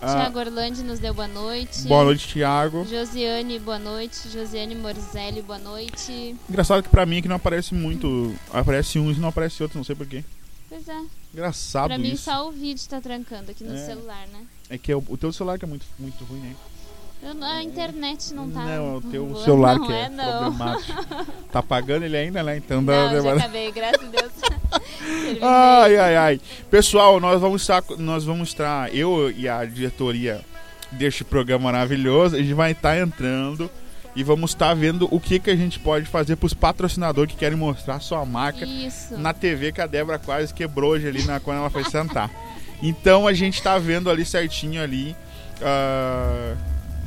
Speaker 1: ah,
Speaker 4: Tiago Orlandi nos deu boa noite.
Speaker 1: boa noite, Thiago.
Speaker 4: Josiane, boa noite. Josiane Morzelli, boa noite.
Speaker 1: Engraçado que pra mim é que não aparece muito, aparece uns e não aparece outros, não sei porquê.
Speaker 4: Pois é.
Speaker 1: Engraçado
Speaker 4: pra mim
Speaker 1: isso.
Speaker 4: só o vídeo tá trancando aqui no
Speaker 1: É.
Speaker 4: celular, né?
Speaker 1: É que é o, o teu celular que é muito, muito ruim, né?
Speaker 4: Eu- a internet não tá.
Speaker 1: Não, é o teu
Speaker 4: boa.
Speaker 1: celular
Speaker 4: não
Speaker 1: que é,
Speaker 4: é, não.
Speaker 1: problemático. Tá pagando ele ainda, né? Ah, Então dá dá-
Speaker 4: Não, já acabei, graças a Deus. Terminei.
Speaker 1: Ai, ai, ai. Pessoal, nós vamos estar, nós vamos estar, eu e a diretoria deste programa maravilhoso, a gente vai estar entrando e vamos estar vendo o que, que a gente pode fazer para os patrocinadores que querem mostrar sua marca
Speaker 4: Isso.
Speaker 1: na TV que a Débora quase quebrou hoje ali na, quando ela foi sentar. Então a gente tá vendo ali certinho ali. ah,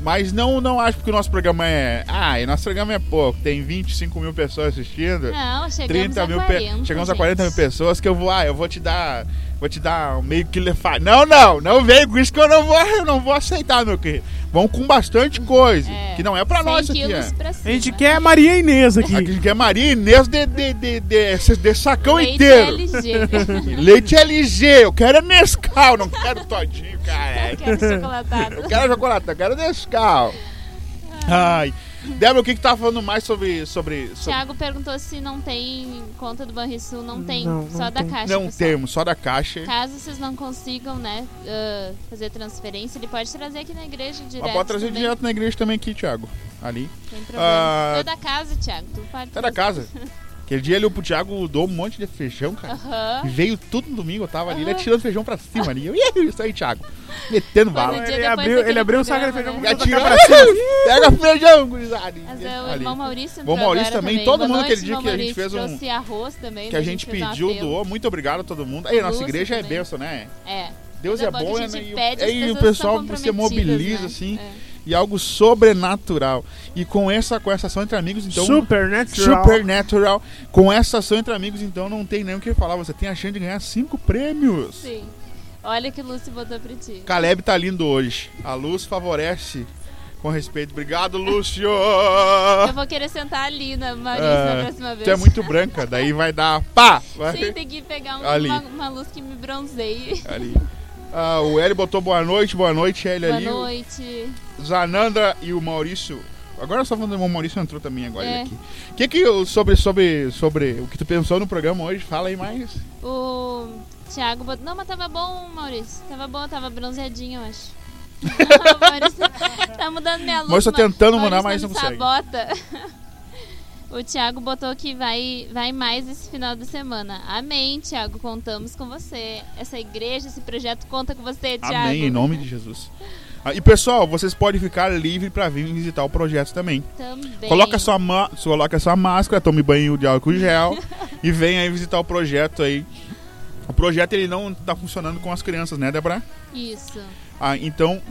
Speaker 1: mas não, não acho porque o nosso programa é. Ah, e nosso programa é pouco. Tem 25 mil pessoas assistindo.
Speaker 4: Não, É, chegamos
Speaker 1: 30
Speaker 4: a
Speaker 1: mil
Speaker 4: 40,
Speaker 1: pe- Chegamos a
Speaker 4: gente.
Speaker 1: 40 mil pessoas que eu vou. Ah, eu vou te dar. Vou te dar um meio quilo de farinha. Não, não, não veio com isso que eu não vou, eu não vou aceitar, meu querido. Vão com bastante coisa.
Speaker 4: É,
Speaker 1: Que não é pra
Speaker 4: 100
Speaker 1: nós aqui,
Speaker 4: quilos
Speaker 1: é.
Speaker 4: pra
Speaker 3: A
Speaker 4: cima.
Speaker 3: gente quer a Maria Inês aqui.
Speaker 1: Aqui a gente quer Maria Inês de, de, de, de, de, de sacão
Speaker 4: Leite
Speaker 1: um inteiro.
Speaker 4: LG.
Speaker 1: Leite LG, eu quero é Nescau, não quero todinho, cara.
Speaker 4: Eu quero chocolatado.
Speaker 1: Eu quero chocolate, eu quero Nescau. Ai, Débora, o que que tá falando mais sobre... sobre, sobre...
Speaker 4: Thiago perguntou se não tem conta do Banrisul. Não tem,
Speaker 3: Não, não
Speaker 4: só da
Speaker 3: tem.
Speaker 4: caixa.
Speaker 1: Não,
Speaker 4: pessoal.
Speaker 1: termo, só da caixa.
Speaker 4: Caso vocês não consigam, né, ah, fazer transferência, ele pode trazer aqui na igreja direto.
Speaker 1: Mas pode trazer
Speaker 4: também,
Speaker 1: direto na igreja também aqui, Thiago. Ali.
Speaker 4: não Tem problema.
Speaker 1: Ah.
Speaker 4: Foi da casa, Thiago. Tu pode
Speaker 1: Tá da
Speaker 4: trazer.
Speaker 1: casa. Aquele dia ali o Thiago dou um monte de feijão, cara.
Speaker 4: Aham.
Speaker 1: E veio tudo no domingo, eu tava ali, ele atirando feijão pra cima ali. Eu, "Ih, é isso aí, Thiago. Metendo bala.
Speaker 4: Foi
Speaker 3: Ele
Speaker 4: depois
Speaker 3: abriu-
Speaker 4: daquele
Speaker 3: ele abriu o saco
Speaker 4: programa, né?
Speaker 3: de feijão com
Speaker 1: E
Speaker 3: toda a
Speaker 1: atirando
Speaker 3: cara
Speaker 1: pra
Speaker 3: pra
Speaker 1: cima. Pega feijão, gurizada.
Speaker 4: Mas é, o
Speaker 1: Ali.
Speaker 4: irmão Maurício
Speaker 1: Bom,
Speaker 4: entrou
Speaker 1: Maurício
Speaker 4: agora
Speaker 1: também, todo
Speaker 4: Boa
Speaker 1: mundo
Speaker 4: noite,
Speaker 1: aquele dia
Speaker 4: irmão
Speaker 1: que a gente
Speaker 4: Maurício.
Speaker 1: fez um-
Speaker 4: Trouxe arroz também.
Speaker 1: Que a gente
Speaker 4: fez um
Speaker 1: pediu,
Speaker 4: apelo.
Speaker 1: doou. Muito obrigado a todo mundo. Aí, a nossa
Speaker 4: Lúcio
Speaker 1: igreja é
Speaker 4: também.
Speaker 1: benção, né?
Speaker 4: É.
Speaker 1: Deus
Speaker 4: Tudo
Speaker 1: é bom,
Speaker 4: que
Speaker 1: né?
Speaker 4: a gente
Speaker 1: E o-
Speaker 4: pede, as
Speaker 1: aí o
Speaker 4: pessoas
Speaker 1: pessoal
Speaker 4: são
Speaker 1: se mobiliza,
Speaker 4: comprometidas, né?
Speaker 1: assim.
Speaker 4: É.
Speaker 1: E algo sobrenatural. E com essa, com essa ação entre amigos, então.
Speaker 3: Super, né?
Speaker 1: Supernatural. Com essa ação entre amigos, então não tem nem o que falar. Você tem a chance de ganhar cinco prêmios.
Speaker 4: Sim. Olha que o Lúcio botou pra ti.
Speaker 1: Caleb tá lindo hoje. A luz favorece. Com respeito. Obrigado, Lúcio!
Speaker 4: Eu vou querer sentar ali na Maurício na
Speaker 1: Ah,
Speaker 4: próxima vez.
Speaker 1: Tu é muito branca, daí vai dar. Pá! Vai.
Speaker 4: Sim, tem que pegar uma,
Speaker 1: Ali.
Speaker 4: uma, uma luz que me bronzeie.
Speaker 1: Ali. Ah, o Eli botou boa noite, boa noite, Eli
Speaker 4: Boa
Speaker 1: ali. o
Speaker 4: noite.
Speaker 1: Zanandra e o Maurício. Agora só falando, o Maurício entrou também agora ele
Speaker 4: É.
Speaker 1: aqui. O que que eu- sobre, sobre, sobre o que tu pensou no programa hoje? Fala aí mais.
Speaker 4: O Thiago botou. Não, mas tava bom, Maurício. Tava bom, tava bronzeadinho, eu acho. Maurício, tá mudando minha luz.
Speaker 1: Maurício tá
Speaker 4: mas-
Speaker 1: tentando mudar,
Speaker 4: Maurício tá
Speaker 1: mas
Speaker 4: me Sabota. O Thiago botou que vai, vai mais esse final de semana. Amém, Thiago. Contamos com você. Essa igreja, esse projeto conta com você, Thiago.
Speaker 1: Amém, em nome de Jesus. Ah, e pessoal, vocês podem ficar livre pra vir visitar o projeto também.
Speaker 4: Também.
Speaker 1: Coloca sua, ma- sua- coloca sua máscara, tome banho de álcool em gel e vem aí visitar o projeto aí. O projeto ele não tá funcionando com as crianças, né, Débora?
Speaker 4: Isso.
Speaker 1: Ah, então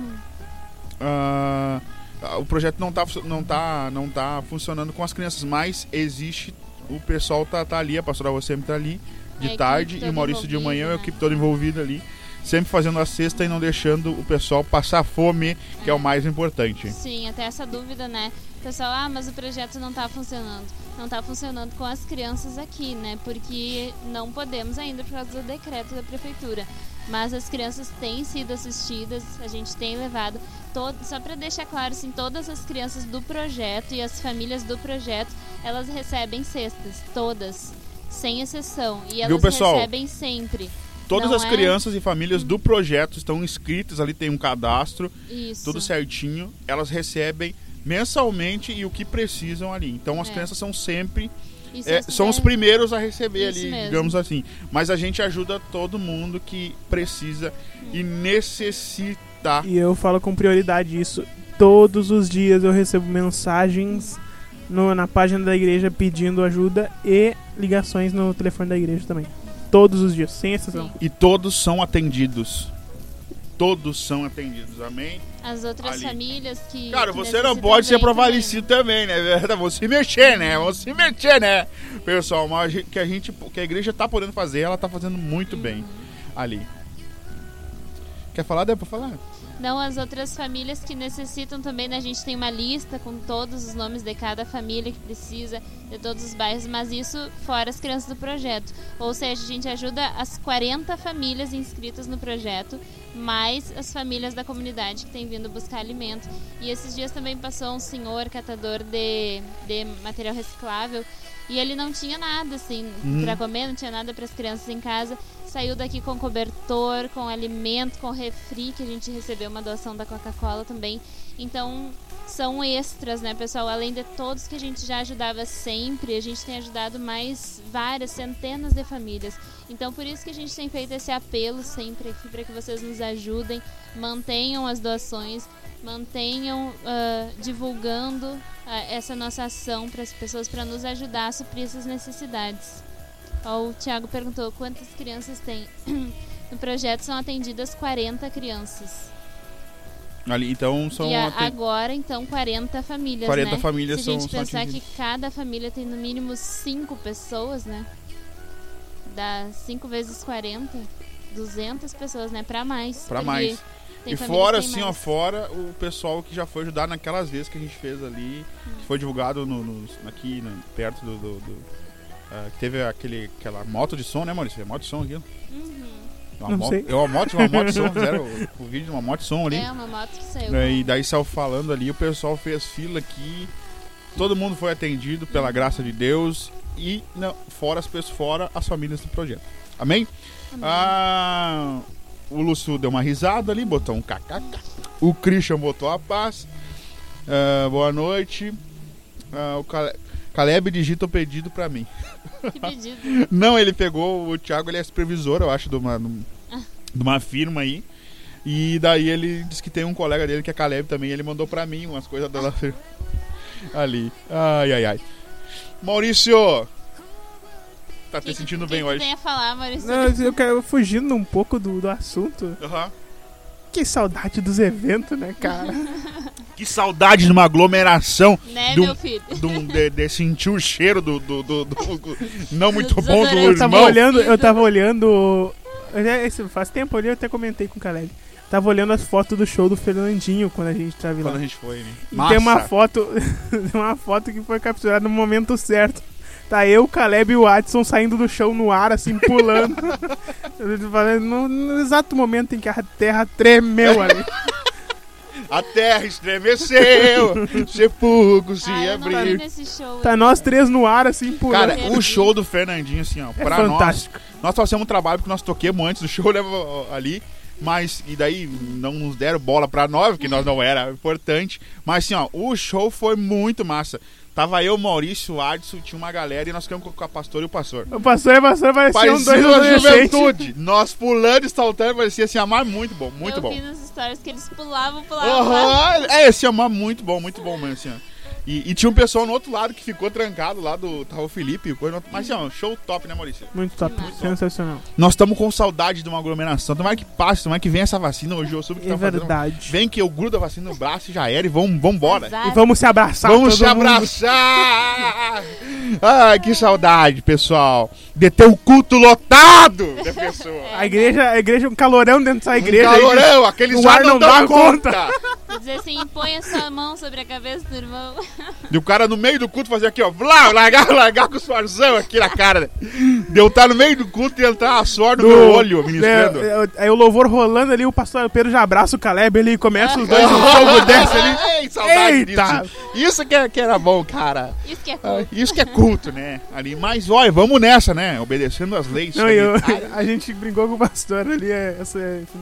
Speaker 1: ah, ah, o projeto não tá, fu- não, tá, não tá funcionando com as crianças, mas existe. O pessoal tá, tá ali, a pastora Rô sempre tá ali
Speaker 4: A
Speaker 1: de
Speaker 4: É, equipe
Speaker 1: tarde e
Speaker 4: toda
Speaker 1: o Maurício de manhã,
Speaker 4: envolvida,
Speaker 1: a
Speaker 4: né?
Speaker 1: equipe toda envolvida ali, sempre fazendo a cesta e não deixando o pessoal passar fome, que é o mais importante.
Speaker 4: Sim, até essa dúvida, né? O Pessoal, ah, mas o projeto não tá funcionando. Não tá funcionando com as crianças aqui, né? Porque não podemos ainda por causa do decreto da prefeitura. Mas as crianças têm sido assistidas, a gente tem levado. Todo, só para deixar claro, assim, todas as crianças do projeto e as famílias do projeto, elas recebem cestas, todas, sem exceção. E elas
Speaker 1: pessoal?
Speaker 4: recebem sempre.
Speaker 1: Todas
Speaker 4: Não
Speaker 1: as
Speaker 4: é?
Speaker 1: crianças e famílias do projeto estão inscritas ali, tem um cadastro,
Speaker 4: Isso.
Speaker 1: tudo certinho. Elas recebem mensalmente e o que precisam ali. Então as
Speaker 4: É.
Speaker 1: crianças são sempre
Speaker 4: Isso
Speaker 1: é,
Speaker 4: é-
Speaker 1: são os primeiros a receber
Speaker 4: Isso
Speaker 1: ali,
Speaker 4: mesmo.
Speaker 1: digamos assim. Mas a gente ajuda todo mundo que precisa e necessita.
Speaker 3: E eu falo com prioridade isso. Todos os dias eu recebo mensagens no- na página da igreja pedindo ajuda e ligações no telefone da igreja também. Todos os dias, sem exceção.
Speaker 1: E todos são atendidos. Todos são atendidos, amém?
Speaker 4: As outras
Speaker 1: Ali.
Speaker 4: famílias que.
Speaker 1: Cara,
Speaker 4: que
Speaker 1: você não
Speaker 4: necessitam
Speaker 1: pode ser
Speaker 4: bem também.
Speaker 1: provalicido também, né? verdade? Vão se mexer, né? Vão se mexer, né? Pessoal, mas o que a gente, o que a igreja tá podendo fazer, ela tá fazendo muito bem
Speaker 4: Uhum.
Speaker 1: ali. Quer falar, Débora? Falar?
Speaker 4: Não as outras famílias que necessitam também, né? A gente tem uma lista com todos os nomes de cada família que precisa, de todos os bairros, mas isso fora as crianças do projeto. Ou seja, a gente ajuda as 40 famílias inscritas no projeto, mais as famílias da comunidade que têm vindo buscar alimento. E esses dias também passou um senhor catador de, de material reciclável e ele não tinha nada, assim, pra comer, não tinha nada para as crianças em casa. Saiu daqui com cobertor, com alimento, com refri, que a gente recebeu uma doação da Coca-Cola também. Então, são extras, né, pessoal? Além de todos que a gente já ajudava sempre, a gente tem ajudado mais várias, centenas de famílias. Então, por isso que a gente tem feito esse apelo sempre aqui, para que vocês nos ajudem, mantenham as doações, mantenham ah, divulgando ah, essa nossa ação para as pessoas, para nos ajudar a suprir essas necessidades. Ó, o Thiago perguntou quantas crianças tem. No projeto são atendidas 40 crianças.
Speaker 1: Ali, então são
Speaker 4: e a-
Speaker 1: aten-
Speaker 4: agora, então, 40 famílias,
Speaker 1: 40
Speaker 4: né?
Speaker 1: famílias
Speaker 4: Se a gente
Speaker 1: são- são
Speaker 4: pensar que
Speaker 1: atingidas.
Speaker 4: cada família tem no mínimo 5 pessoas, né? Dá 5 vezes 40, 200 pessoas, né? Pra mais.
Speaker 1: Pra
Speaker 4: porque
Speaker 1: mais.
Speaker 4: tem
Speaker 1: E
Speaker 4: família que
Speaker 1: fora,
Speaker 4: tem
Speaker 1: assim, ó,
Speaker 4: mais.
Speaker 1: fora o pessoal que já foi ajudar naquelas vezes que a gente fez ali, que foi divulgado no, no- aqui, né, perto do. do- do- ah, que teve aquele, aquela moto de som, né, Maurício? É moto de som aqui.
Speaker 4: Uhum.
Speaker 1: Uma
Speaker 3: Não
Speaker 1: moto,
Speaker 3: sei.
Speaker 1: É uma moto, uma moto de som, fizeram o, o vídeo de uma moto de som ali.
Speaker 4: É, uma moto que saiu.
Speaker 1: Né, E daí saiu falando ali, o pessoal fez fila aqui. Todo mundo foi atendido pela graça de Deus e não, fora as pessoas, fora as famílias do projeto. Amém? Ah, o Lúcio deu uma risada ali, botou um kkk. O Christian botou a paz. Ah, boa noite. Ah, o Cale- Caleb digita o pedido pra mim.
Speaker 4: Que pedido.
Speaker 1: Não, ele pegou, o Thiago ele é supervisor, eu acho, de uma, num-
Speaker 3: Ah.
Speaker 1: de uma firma aí. E daí ele disse que tem um colega dele que é Caleb também, ele mandou pra mim umas coisas da firma.
Speaker 3: Ah.
Speaker 1: Ali. Ai, ai, ai. Maurício! Tá te
Speaker 4: Que-
Speaker 1: sentindo
Speaker 4: que
Speaker 1: bem
Speaker 4: que tu
Speaker 1: hoje?
Speaker 4: tem a falar, Maurício?
Speaker 3: Não, eu quero fugindo um pouco do, do assunto.
Speaker 1: Aham.
Speaker 3: Que saudade dos eventos, né, cara?
Speaker 1: Que saudade de uma aglomeração.
Speaker 4: Né,
Speaker 1: do-
Speaker 4: meu filho?
Speaker 1: De, um- de- de sentir o cheiro do, do, do- do- do- não muito bom do
Speaker 4: Desodorante.
Speaker 3: Eu tava
Speaker 1: irmão.
Speaker 3: olhando, eu tava olhando. eu já- esse- Faz tempo ali, eu até comentei com o Caleb. Tava olhando as fotos do show do Fernandinho quando a gente tava
Speaker 1: Quando a
Speaker 3: lá.
Speaker 1: gente foi, né?
Speaker 3: E
Speaker 1: Massa.
Speaker 3: tem uma foto. tem uma foto que foi capturada no momento certo. Tá eu, o Caleb e o Watson saindo do chão no ar, assim, pulando. no, no exato momento em que a terra tremeu ali.
Speaker 1: A terra estremeceu, sepulcro se
Speaker 4: Ah, eu não fui
Speaker 1: abriu.
Speaker 4: nesse show.
Speaker 3: Tá
Speaker 4: hein?
Speaker 3: nós três no ar, assim, pulando.
Speaker 1: Cara, o show do Fernandinho, assim, ó,
Speaker 3: é
Speaker 1: pra nós.
Speaker 3: fantástico.
Speaker 1: Nós fazemos um trabalho que nós toquemos antes do show, né, ó, ali. Mas, e daí não nos deram bola pra nós, porque nós não era importante. Mas assim, ó, o show foi muito massa. Tava eu, Maurício, o Adson, tinha uma galera e nós ficamos com a pastora e o pastor.
Speaker 3: O pastor e a pastora pareciam
Speaker 1: Parecia
Speaker 3: dois
Speaker 1: uma
Speaker 3: adolescentes.
Speaker 1: juventude. Nós pulando e saltando, parecia assim, amar muito bom, muito
Speaker 4: eu
Speaker 1: bom.
Speaker 4: vi nos stories que eles pulavam, pulavam. pulavam.
Speaker 1: Aham, é, esse amar muito bom, muito bom mesmo, assim, ó. E, e tinha um pessoal no outro lado que ficou trancado lá do. Tava o Felipe, coisa no outro- mas assim, ó, show top, né, Maurício?
Speaker 3: Muito top,
Speaker 4: Muito
Speaker 3: sensacional.
Speaker 1: Nós estamos com saudade de uma aglomeração. Tomara que passe, tomara que venha essa vacina hoje. Eu soube que
Speaker 3: É
Speaker 1: tava Então, fazendo-
Speaker 3: verdade.
Speaker 1: Vem que eu grudo a vacina no braço e já era. E vamos, vamos embora.
Speaker 4: Azar.
Speaker 3: E vamos se abraçar.
Speaker 1: Vamos
Speaker 3: todo
Speaker 1: se
Speaker 3: mundo.
Speaker 1: abraçar! Ai, que saudade, pessoal. De ter o culto lotado da pessoa.
Speaker 3: A igreja, a igreja, um calorão dentro dessa
Speaker 1: Um
Speaker 3: igreja.
Speaker 1: calorão, aqueles
Speaker 3: o ar
Speaker 1: ar não,
Speaker 3: não
Speaker 1: dá
Speaker 3: dá
Speaker 1: conta.
Speaker 4: Dizer assim, põe a sua mão sobre a cabeça do irmão.
Speaker 1: E o cara no meio do culto fazer aqui, ó. Vlá, largar, largar com o suarzão aqui na cara. De eu estar no meio do culto e entrar a suor no, meu olho, ministrando.
Speaker 3: É, é, aí o louvor rolando ali, o pastor Pedro já abraça o Caleb, ele começa os dois no fogo desce um ali.
Speaker 1: Ei, saudade
Speaker 3: Eita!
Speaker 1: disso. Isso que, é- que era bom, cara.
Speaker 4: Isso que é culpa.
Speaker 1: Ah, Isso que é culto, né? Ali, mas olha, vamos nessa, né? Obedecendo as leis.
Speaker 3: Não, e eu-
Speaker 1: sanitárias.
Speaker 3: a gente brincou com o pastor ali é, esse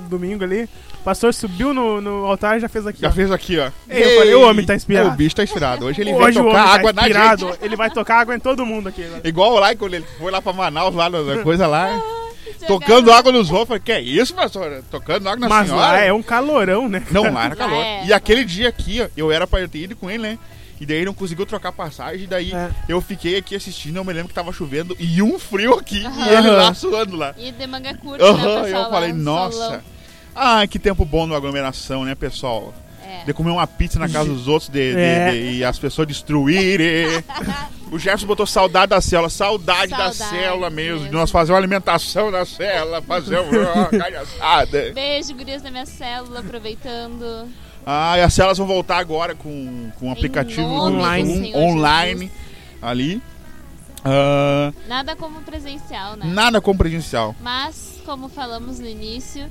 Speaker 3: domingo ali. O pastor subiu no, no altar e já fez aqui.
Speaker 1: Já
Speaker 3: ó.
Speaker 1: fez aqui, ó.
Speaker 3: Ei, eu falei, o homem tá inspirado.
Speaker 1: É, O bicho tá inspirado. Hoje ele
Speaker 3: Hoje
Speaker 1: veio
Speaker 3: o
Speaker 1: tocar
Speaker 3: homem
Speaker 1: água
Speaker 3: tá
Speaker 1: na gente.
Speaker 3: inspirado, ele vai tocar água em todo mundo aqui. agora.
Speaker 1: Igual lá quando ele foi lá pra Manaus, lá na na coisa lá.
Speaker 4: Jogar-
Speaker 1: tocando água nos outros. Falei, que é isso, pastor? Tocando água na
Speaker 3: Mas
Speaker 1: senhora?
Speaker 3: lá é um calorão, né?
Speaker 1: Não, lá era
Speaker 4: Lá
Speaker 1: calor.
Speaker 4: é.
Speaker 1: E aquele dia aqui, ó, eu era pra eu ter ido com ele, né? E daí ele não conseguiu trocar passagem, daí
Speaker 3: É.
Speaker 1: eu fiquei aqui assistindo, eu me lembro que tava chovendo e um frio aqui e ele lá suando lá.
Speaker 4: E de manga curta, né,
Speaker 1: Aham,
Speaker 4: pessoal?
Speaker 1: eu falei,
Speaker 4: lá, um
Speaker 1: nossa.
Speaker 4: solão.
Speaker 1: Ah, que tempo bom no aglomeração, né, pessoal?
Speaker 4: É.
Speaker 1: De comer uma pizza na casa dos outros de, de-
Speaker 3: É.
Speaker 1: de- e as pessoas destruírem. o Jefferson botou saudade da célula, saudade, da
Speaker 4: Saudade
Speaker 1: célula mesmo, de
Speaker 4: mesmo.
Speaker 1: nós fazer uma alimentação na célula, fazer um uma calhaçada.
Speaker 4: Beijo, gurias da minha célula, aproveitando.
Speaker 1: Ah, e as celas vão voltar agora com, com o aplicativo
Speaker 4: nome
Speaker 3: do
Speaker 1: online,
Speaker 4: Senhor Jesus.
Speaker 1: online ali. Ah,
Speaker 4: Nada como presencial, né?
Speaker 1: nada como presencial.
Speaker 4: Mas, como falamos no início,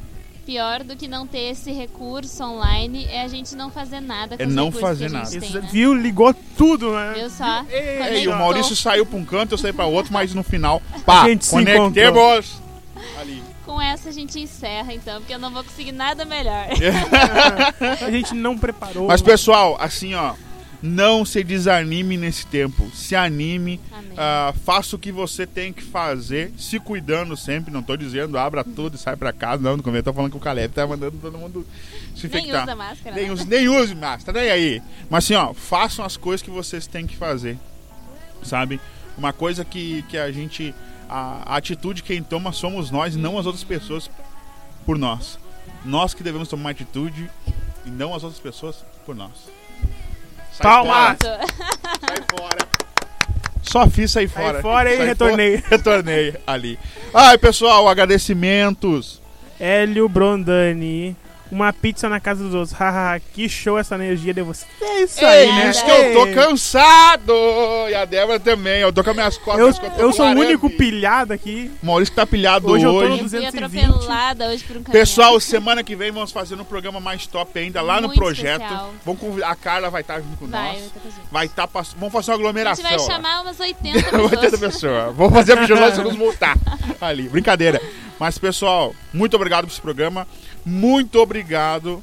Speaker 4: pior do que não ter esse recurso online é a gente não fazer nada com
Speaker 1: É
Speaker 4: os
Speaker 1: não
Speaker 4: recursos
Speaker 1: fazer
Speaker 4: que a
Speaker 1: nada.
Speaker 4: gente
Speaker 3: Isso,
Speaker 4: tem, né?
Speaker 3: Viu, ligou tudo, né?
Speaker 4: Viu só?
Speaker 3: Ei,
Speaker 1: É, E
Speaker 4: Conectou.
Speaker 1: o Maurício saiu pra um canto, eu saí pra outro, mas no final, pá,
Speaker 3: A gente se
Speaker 1: conectemos! Ali.
Speaker 4: Com essa a gente encerra, então, porque eu não vou conseguir nada melhor.
Speaker 3: A gente não preparou.
Speaker 1: Mas pessoal, assim ó, não se desanime nesse tempo, se anime,
Speaker 4: Amém.
Speaker 1: ah, faça o que você tem que fazer, se cuidando sempre, não tô dizendo abra tudo e sai pra casa, não, no começo eu tô falando que o Caleb tá mandando todo mundo se
Speaker 4: Nem
Speaker 1: infectar.
Speaker 4: usa máscara.
Speaker 1: Nem
Speaker 4: né?
Speaker 1: use, nem use máscara, nem aí. Mas assim, ó, façam as coisas que vocês têm que fazer. Sabe? Uma coisa que, que a gente. A, a atitude quem toma somos nós, não as outras pessoas por nós. Nós que devemos tomar atitude e não as outras pessoas por nós. Sai
Speaker 3: Palmas!
Speaker 1: fora, Sai fora! Só fiz sair
Speaker 3: Saí
Speaker 1: fora.
Speaker 3: fora e
Speaker 1: Saí
Speaker 3: retornei.
Speaker 1: fora, retornei ali. Ai, pessoal, agradecimentos.
Speaker 3: Hélio Brondani. uma pizza na casa dos outros. Hahaha, que show essa energia de você. É isso
Speaker 1: É
Speaker 3: aí, né?
Speaker 1: isso que eu tô
Speaker 3: Ei,
Speaker 1: cansado! E a Débora também. Eu tô com as minhas
Speaker 3: Eu,
Speaker 1: costas. escotando
Speaker 3: eu sou o
Speaker 1: laranja.
Speaker 3: único pilhado aqui.
Speaker 1: Maurício que tá pilhado
Speaker 3: Hoje
Speaker 1: hoje.
Speaker 3: eu tô no
Speaker 4: Eu fui
Speaker 3: 220.
Speaker 4: atropelada hoje por um caminhão.
Speaker 1: Pessoal, semana que vem vamos fazer um programa mais top ainda lá no
Speaker 4: Muito
Speaker 1: projeto.
Speaker 4: especial.
Speaker 1: Vamos convidar. A Carla vai estar junto com
Speaker 4: vai,
Speaker 1: nós.
Speaker 4: eu tô com a gente.
Speaker 1: Vai estar pass... Vamos fazer uma
Speaker 4: A
Speaker 1: aglomeração.
Speaker 4: gente vai
Speaker 1: lá.
Speaker 4: chamar umas 80
Speaker 1: Eu vou tentar,
Speaker 4: pessoas.
Speaker 1: pessoal. Vou fazer a vigilância e nos multar. Ali, brincadeira. Mas, pessoal, muito obrigado por esse programa. Muito obrigado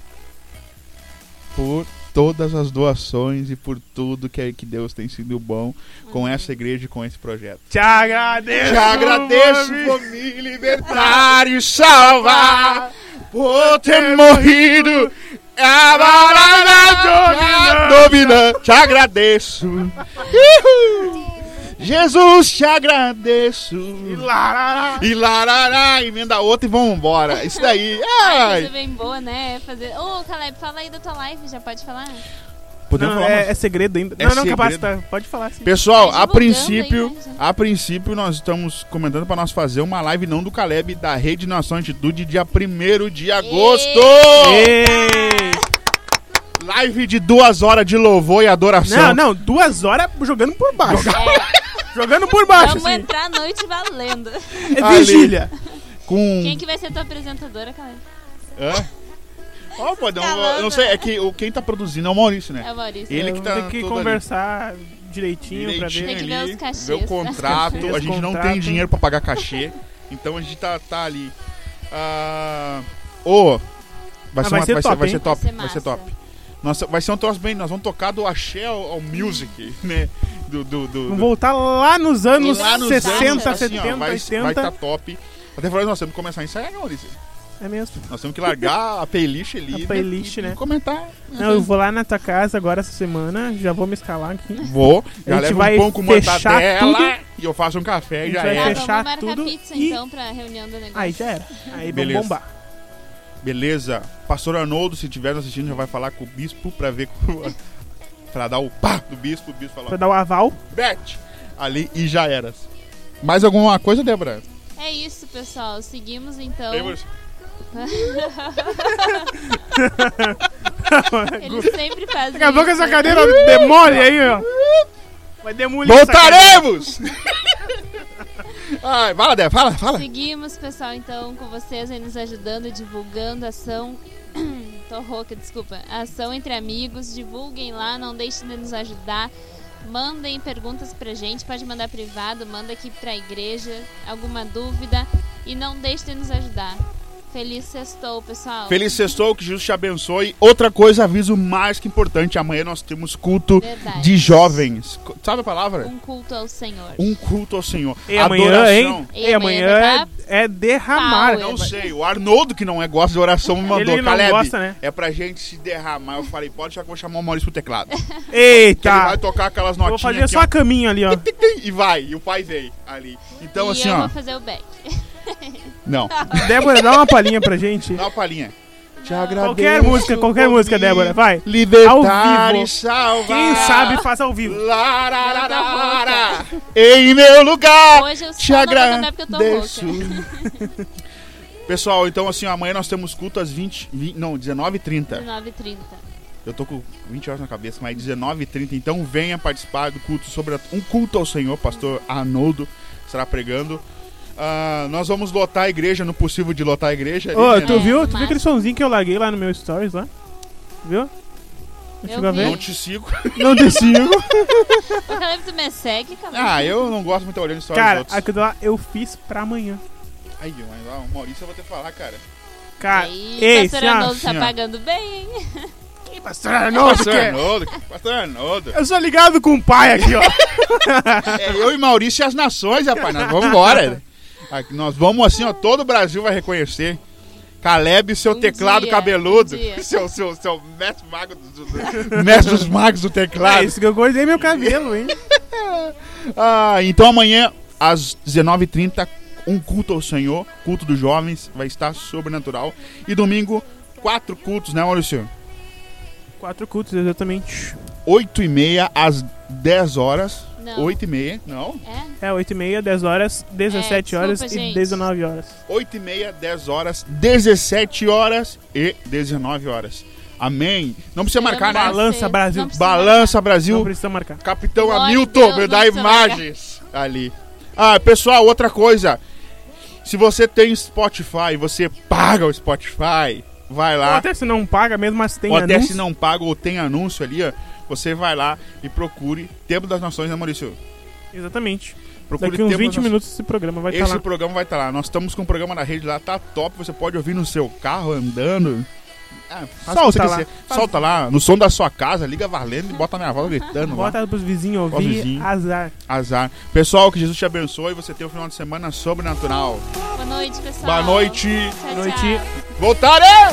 Speaker 1: por todas as doações e por tudo que, que Deus tem sido bom com essa igreja e com esse projeto.
Speaker 3: Te agradeço.
Speaker 1: Te agradeço
Speaker 3: mami.
Speaker 1: por me libertar e salvar, por ter morrido. É Abalada, dominante. Te agradeço. Uhul. Jesus, te agradeço.
Speaker 3: E lá, lá, lá.
Speaker 1: E larará, emenda outra e vamos embora. Isso daí.
Speaker 4: Coisa
Speaker 1: Ai.
Speaker 4: Ah, bem boa, né? Fazer... Ô, Caleb, fala aí da tua live, já pode falar?
Speaker 1: Podemos
Speaker 3: Não,
Speaker 1: falar
Speaker 3: é,
Speaker 1: mais?
Speaker 3: é segredo ainda.
Speaker 1: É
Speaker 3: não, não, capaz,
Speaker 1: segredo.
Speaker 3: tá. Pode falar sim.
Speaker 1: Pessoal,
Speaker 4: Tá
Speaker 1: a
Speaker 4: divulgando aí,
Speaker 1: princípio,
Speaker 4: né, gente?
Speaker 1: a princípio nós estamos comentando para nós fazer uma live não do Caleb da Rede Nação Atitude dia 1 de agosto.
Speaker 3: Ei.
Speaker 1: Live de duas horas de louvor e adoração.
Speaker 3: Não, não, duas horas jogando por baixo.
Speaker 1: É,
Speaker 3: jogando por baixo,
Speaker 4: É, Vamos
Speaker 3: assim.
Speaker 4: entrar à noite valendo.
Speaker 3: É
Speaker 1: Ali.
Speaker 3: vigília.
Speaker 1: Com.
Speaker 4: Quem que vai ser tua apresentadora, Caleb?
Speaker 1: Hã? Ó, pô, não,
Speaker 4: Escalando.
Speaker 1: eu não sei, é que o- quem tá produzindo é o Maurício, né?
Speaker 4: tá É o Maurício.
Speaker 1: Ele
Speaker 3: Eu
Speaker 1: que
Speaker 3: vou
Speaker 1: tá
Speaker 3: ter que
Speaker 1: todo
Speaker 3: conversar direitinho, pra ver.
Speaker 4: Tem que ver os cachês. né?
Speaker 1: ver o contrato.
Speaker 3: Os
Speaker 1: a gente não
Speaker 3: contratos.
Speaker 1: tem dinheiro pra pagar cachê, então a gente tá, tá ali. Ah, Ô, vai,
Speaker 3: Ah,
Speaker 1: ser uma- vai, ser,
Speaker 3: top,
Speaker 1: vai
Speaker 3: hein?
Speaker 1: ser top,
Speaker 4: Vai ser
Speaker 1: vai ser
Speaker 4: massa. Tá,
Speaker 1: top. Nossa, vai ser um troço bem, nós vamos tocar do axé ao, ao music, né? Do, do, do-
Speaker 3: Vamos
Speaker 1: do-
Speaker 3: voltar lá nos anos
Speaker 4: Lá nos
Speaker 3: 60,
Speaker 4: anos,
Speaker 1: assim, ó,
Speaker 3: 70,
Speaker 1: vai,
Speaker 3: 80.
Speaker 1: Vai tá top. Até falando, nós temos que começar a ensaiar, Maurício.
Speaker 3: É mesmo.
Speaker 1: Nós temos que largar a playlist ali.
Speaker 3: A playlist,
Speaker 1: e- e
Speaker 3: né?
Speaker 1: comentar.
Speaker 3: Não, eu vou lá na tua casa agora essa semana, já vou me escalar aqui.
Speaker 1: Vou, já
Speaker 3: gente
Speaker 1: levo
Speaker 3: vai
Speaker 1: um pão com
Speaker 3: fechar
Speaker 1: mortadela
Speaker 3: tudo.
Speaker 1: e eu faço um café e
Speaker 3: gente
Speaker 1: já
Speaker 3: vai
Speaker 1: é.
Speaker 4: Tá, vamos
Speaker 3: fechar
Speaker 4: marcar
Speaker 3: tudo
Speaker 4: pizza
Speaker 3: e-
Speaker 4: então pra reunião do negócio.
Speaker 3: Aí já era. Aí vamos
Speaker 1: Beleza.
Speaker 3: bombar.
Speaker 1: Beleza? Pastor Arnoldo, se estiver nos assistindo, já vai falar com o bispo pra ver como... pra dar o pá do bispo, o bispo
Speaker 3: Pra
Speaker 1: falar,
Speaker 3: dar o aval.
Speaker 1: Bet! Ali e já era. Mais alguma coisa, Débora?
Speaker 4: É isso, pessoal. Seguimos então.
Speaker 1: Lembra-se?
Speaker 4: Eles sempre fazem.
Speaker 3: Daqui a pouco
Speaker 4: isso.
Speaker 3: essa cadeira demole aí, ó. Vai demolir essa cadeira.
Speaker 1: Voltaremos! Ai, fala, Débora, fala, fala.
Speaker 4: Seguimos, pessoal, então, com vocês aí nos ajudando, divulgando a ação. Tô rouca, desculpa. A Ação entre amigos, divulguem lá, não deixem de nos ajudar. Mandem perguntas pra gente, pode mandar privado, manda aqui pra igreja, alguma dúvida. E não deixe de nos ajudar. Feliz sextou, pessoal.
Speaker 1: Feliz sextou, que Jesus te abençoe. Outra coisa, aviso mais que importante, amanhã nós temos culto
Speaker 4: Verdade.
Speaker 1: de jovens. Co- Sabe a palavra?
Speaker 4: Um culto ao Senhor.
Speaker 1: Um culto ao Senhor.
Speaker 3: E amanhã, hein? E,
Speaker 4: E
Speaker 3: amanhã
Speaker 4: amanhã
Speaker 3: é, é derramar.
Speaker 4: Power.
Speaker 1: Não sei, o Arnoldo que não é gosta de oração me mandou,
Speaker 3: Ele não
Speaker 1: Caleb,
Speaker 3: gosta, né?
Speaker 1: é pra gente se derramar. Eu falei, pode já que eu vou chamar o Maurício pro teclado. Que ele
Speaker 3: Eita!
Speaker 1: vai tocar aquelas
Speaker 3: Tá. Vou
Speaker 1: notinhas
Speaker 3: fazer
Speaker 1: aqui,
Speaker 3: só a caminho ali, ó.
Speaker 1: ó. E vai, e o pai veio ali. Então
Speaker 4: e
Speaker 1: assim,
Speaker 4: eu
Speaker 1: ó,
Speaker 4: vou fazer o back.
Speaker 1: não,
Speaker 3: Débora, dá uma palhinha pra gente.
Speaker 1: dá uma palhinha. Te agradeço
Speaker 3: Qualquer música, qualquer
Speaker 1: por
Speaker 3: música,
Speaker 1: me
Speaker 3: Débora, vai. Ao
Speaker 1: Libertar
Speaker 3: vivo.
Speaker 1: e salvar.
Speaker 3: Quem sabe faz ao vivo.
Speaker 1: Larararara, em meu lugar,
Speaker 4: Hoje eu só
Speaker 1: te
Speaker 4: não vou cantar porque eu tô
Speaker 1: agradeço. Pessoal, então assim, amanhã nós temos culto às 20, 20 não, 19h30.
Speaker 4: 19h30.
Speaker 1: Eu tô com 20 horas na cabeça, mas 19h30, então venha participar do culto sobre a- um culto ao Senhor, pastor Arnoldo estará pregando. Ah, nós vamos lotar a igreja, no possível de lotar a igreja. ali,
Speaker 3: Ô,
Speaker 1: né?
Speaker 3: tu
Speaker 4: É,
Speaker 3: viu? Tu
Speaker 4: mas-
Speaker 3: viu aquele sonzinho que eu larguei lá no meu stories lá? Viu?
Speaker 4: Eu
Speaker 3: Chegou a
Speaker 4: vi.
Speaker 1: Não
Speaker 3: ver?
Speaker 1: te sigo.
Speaker 3: Não descigo.
Speaker 4: Ô, Caleb, tu me segue, Caleb?
Speaker 1: Ah, eu não gosto muito de olhando história
Speaker 3: Cara,
Speaker 1: dos outros.
Speaker 3: aquilo lá eu fiz pra amanhã.
Speaker 1: Aí, mas lá, é o Maurício eu vou ter que falar, cara.
Speaker 3: Cara,
Speaker 4: Aí,
Speaker 3: ei,
Speaker 4: pastor
Speaker 3: assim, ó,
Speaker 4: Arnoldo É tá
Speaker 1: senhora.
Speaker 4: pagando bem, hein?
Speaker 3: Pastor Arnoldo,
Speaker 1: Pastor
Speaker 3: que-
Speaker 1: Arnoldo, pastor Arnoldo.
Speaker 3: É Eu sou ligado com o pai aqui, ó.
Speaker 1: É eu e Maurício e as nações, rapaz. Nós vamos embora. Aqui, nós vamos assim, ó. Todo o Brasil vai reconhecer. Caleb, e seu
Speaker 4: Um
Speaker 1: teclado
Speaker 4: dia,
Speaker 1: cabeludo.
Speaker 4: um dia.
Speaker 1: seu, seu, seu mestre mago do- do- do- mestre dos magos do
Speaker 3: É
Speaker 1: teclado.
Speaker 3: isso que eu cortei meu cabelo, hein?
Speaker 1: Ah, então amanhã, às 19h30, um culto ao Senhor, culto dos jovens, vai estar sobrenatural. E domingo, quatro cultos, né, Maurício?
Speaker 3: Quatro cultos, exatamente.
Speaker 1: 8h30 às 10 horas.
Speaker 4: Não.
Speaker 1: 8 e meia, não.
Speaker 4: É?
Speaker 3: É 8 e meia, 10 horas, 17
Speaker 4: desculpa,
Speaker 3: horas e
Speaker 4: gente.
Speaker 3: 19 horas.
Speaker 1: 8 e meia, 10 horas, 17 horas e 19 horas. Amém. Não precisa marcar
Speaker 4: Vamos
Speaker 1: nada.
Speaker 3: Balança,
Speaker 4: vocês.
Speaker 3: Brasil.
Speaker 4: Não precisa
Speaker 1: Balança
Speaker 3: Não
Speaker 1: Brasil,
Speaker 3: precisa marcar.
Speaker 1: Capitão
Speaker 4: Glória a
Speaker 1: Hamilton,
Speaker 4: Deus,
Speaker 1: me
Speaker 4: não
Speaker 1: dá
Speaker 4: precisa
Speaker 1: imagens ali. Ah, pessoal, outra coisa. Se você tem Spotify, você paga o Spotify. Vai
Speaker 3: Ou
Speaker 1: lá.
Speaker 3: até se não paga, mesmo assim tem
Speaker 1: ou até Ah. se
Speaker 3: anúncio.
Speaker 1: não paga ou tem anúncio ali, ó. Você vai lá e procure Tempo das Nações, né, Maurício?
Speaker 3: Exatamente.
Speaker 1: Procure
Speaker 3: Daqui uns
Speaker 1: Tempo
Speaker 3: 20
Speaker 1: das Nações.
Speaker 3: minutos esse programa vai estar
Speaker 1: Esse
Speaker 3: lá.
Speaker 1: programa vai estar lá. Nós estamos com o programa na rede lá, tá top. Você pode ouvir no seu carro andando. Ah, faz o que você
Speaker 3: Solta lá.
Speaker 1: quiser. Solta lá, no som da sua casa, liga valendo e bota minha voz gritando lá.
Speaker 3: Bota pros vizinhos
Speaker 1: Ó,
Speaker 3: ouvir,
Speaker 1: vizinho.
Speaker 3: azar.
Speaker 1: Azar. Pessoal, que Jesus te abençoe. Você tem um final de semana sobrenatural.
Speaker 4: Boa noite, pessoal.
Speaker 1: Boa noite.
Speaker 4: Tchau,
Speaker 3: Boa noite.
Speaker 4: tchau.
Speaker 1: Voltarei!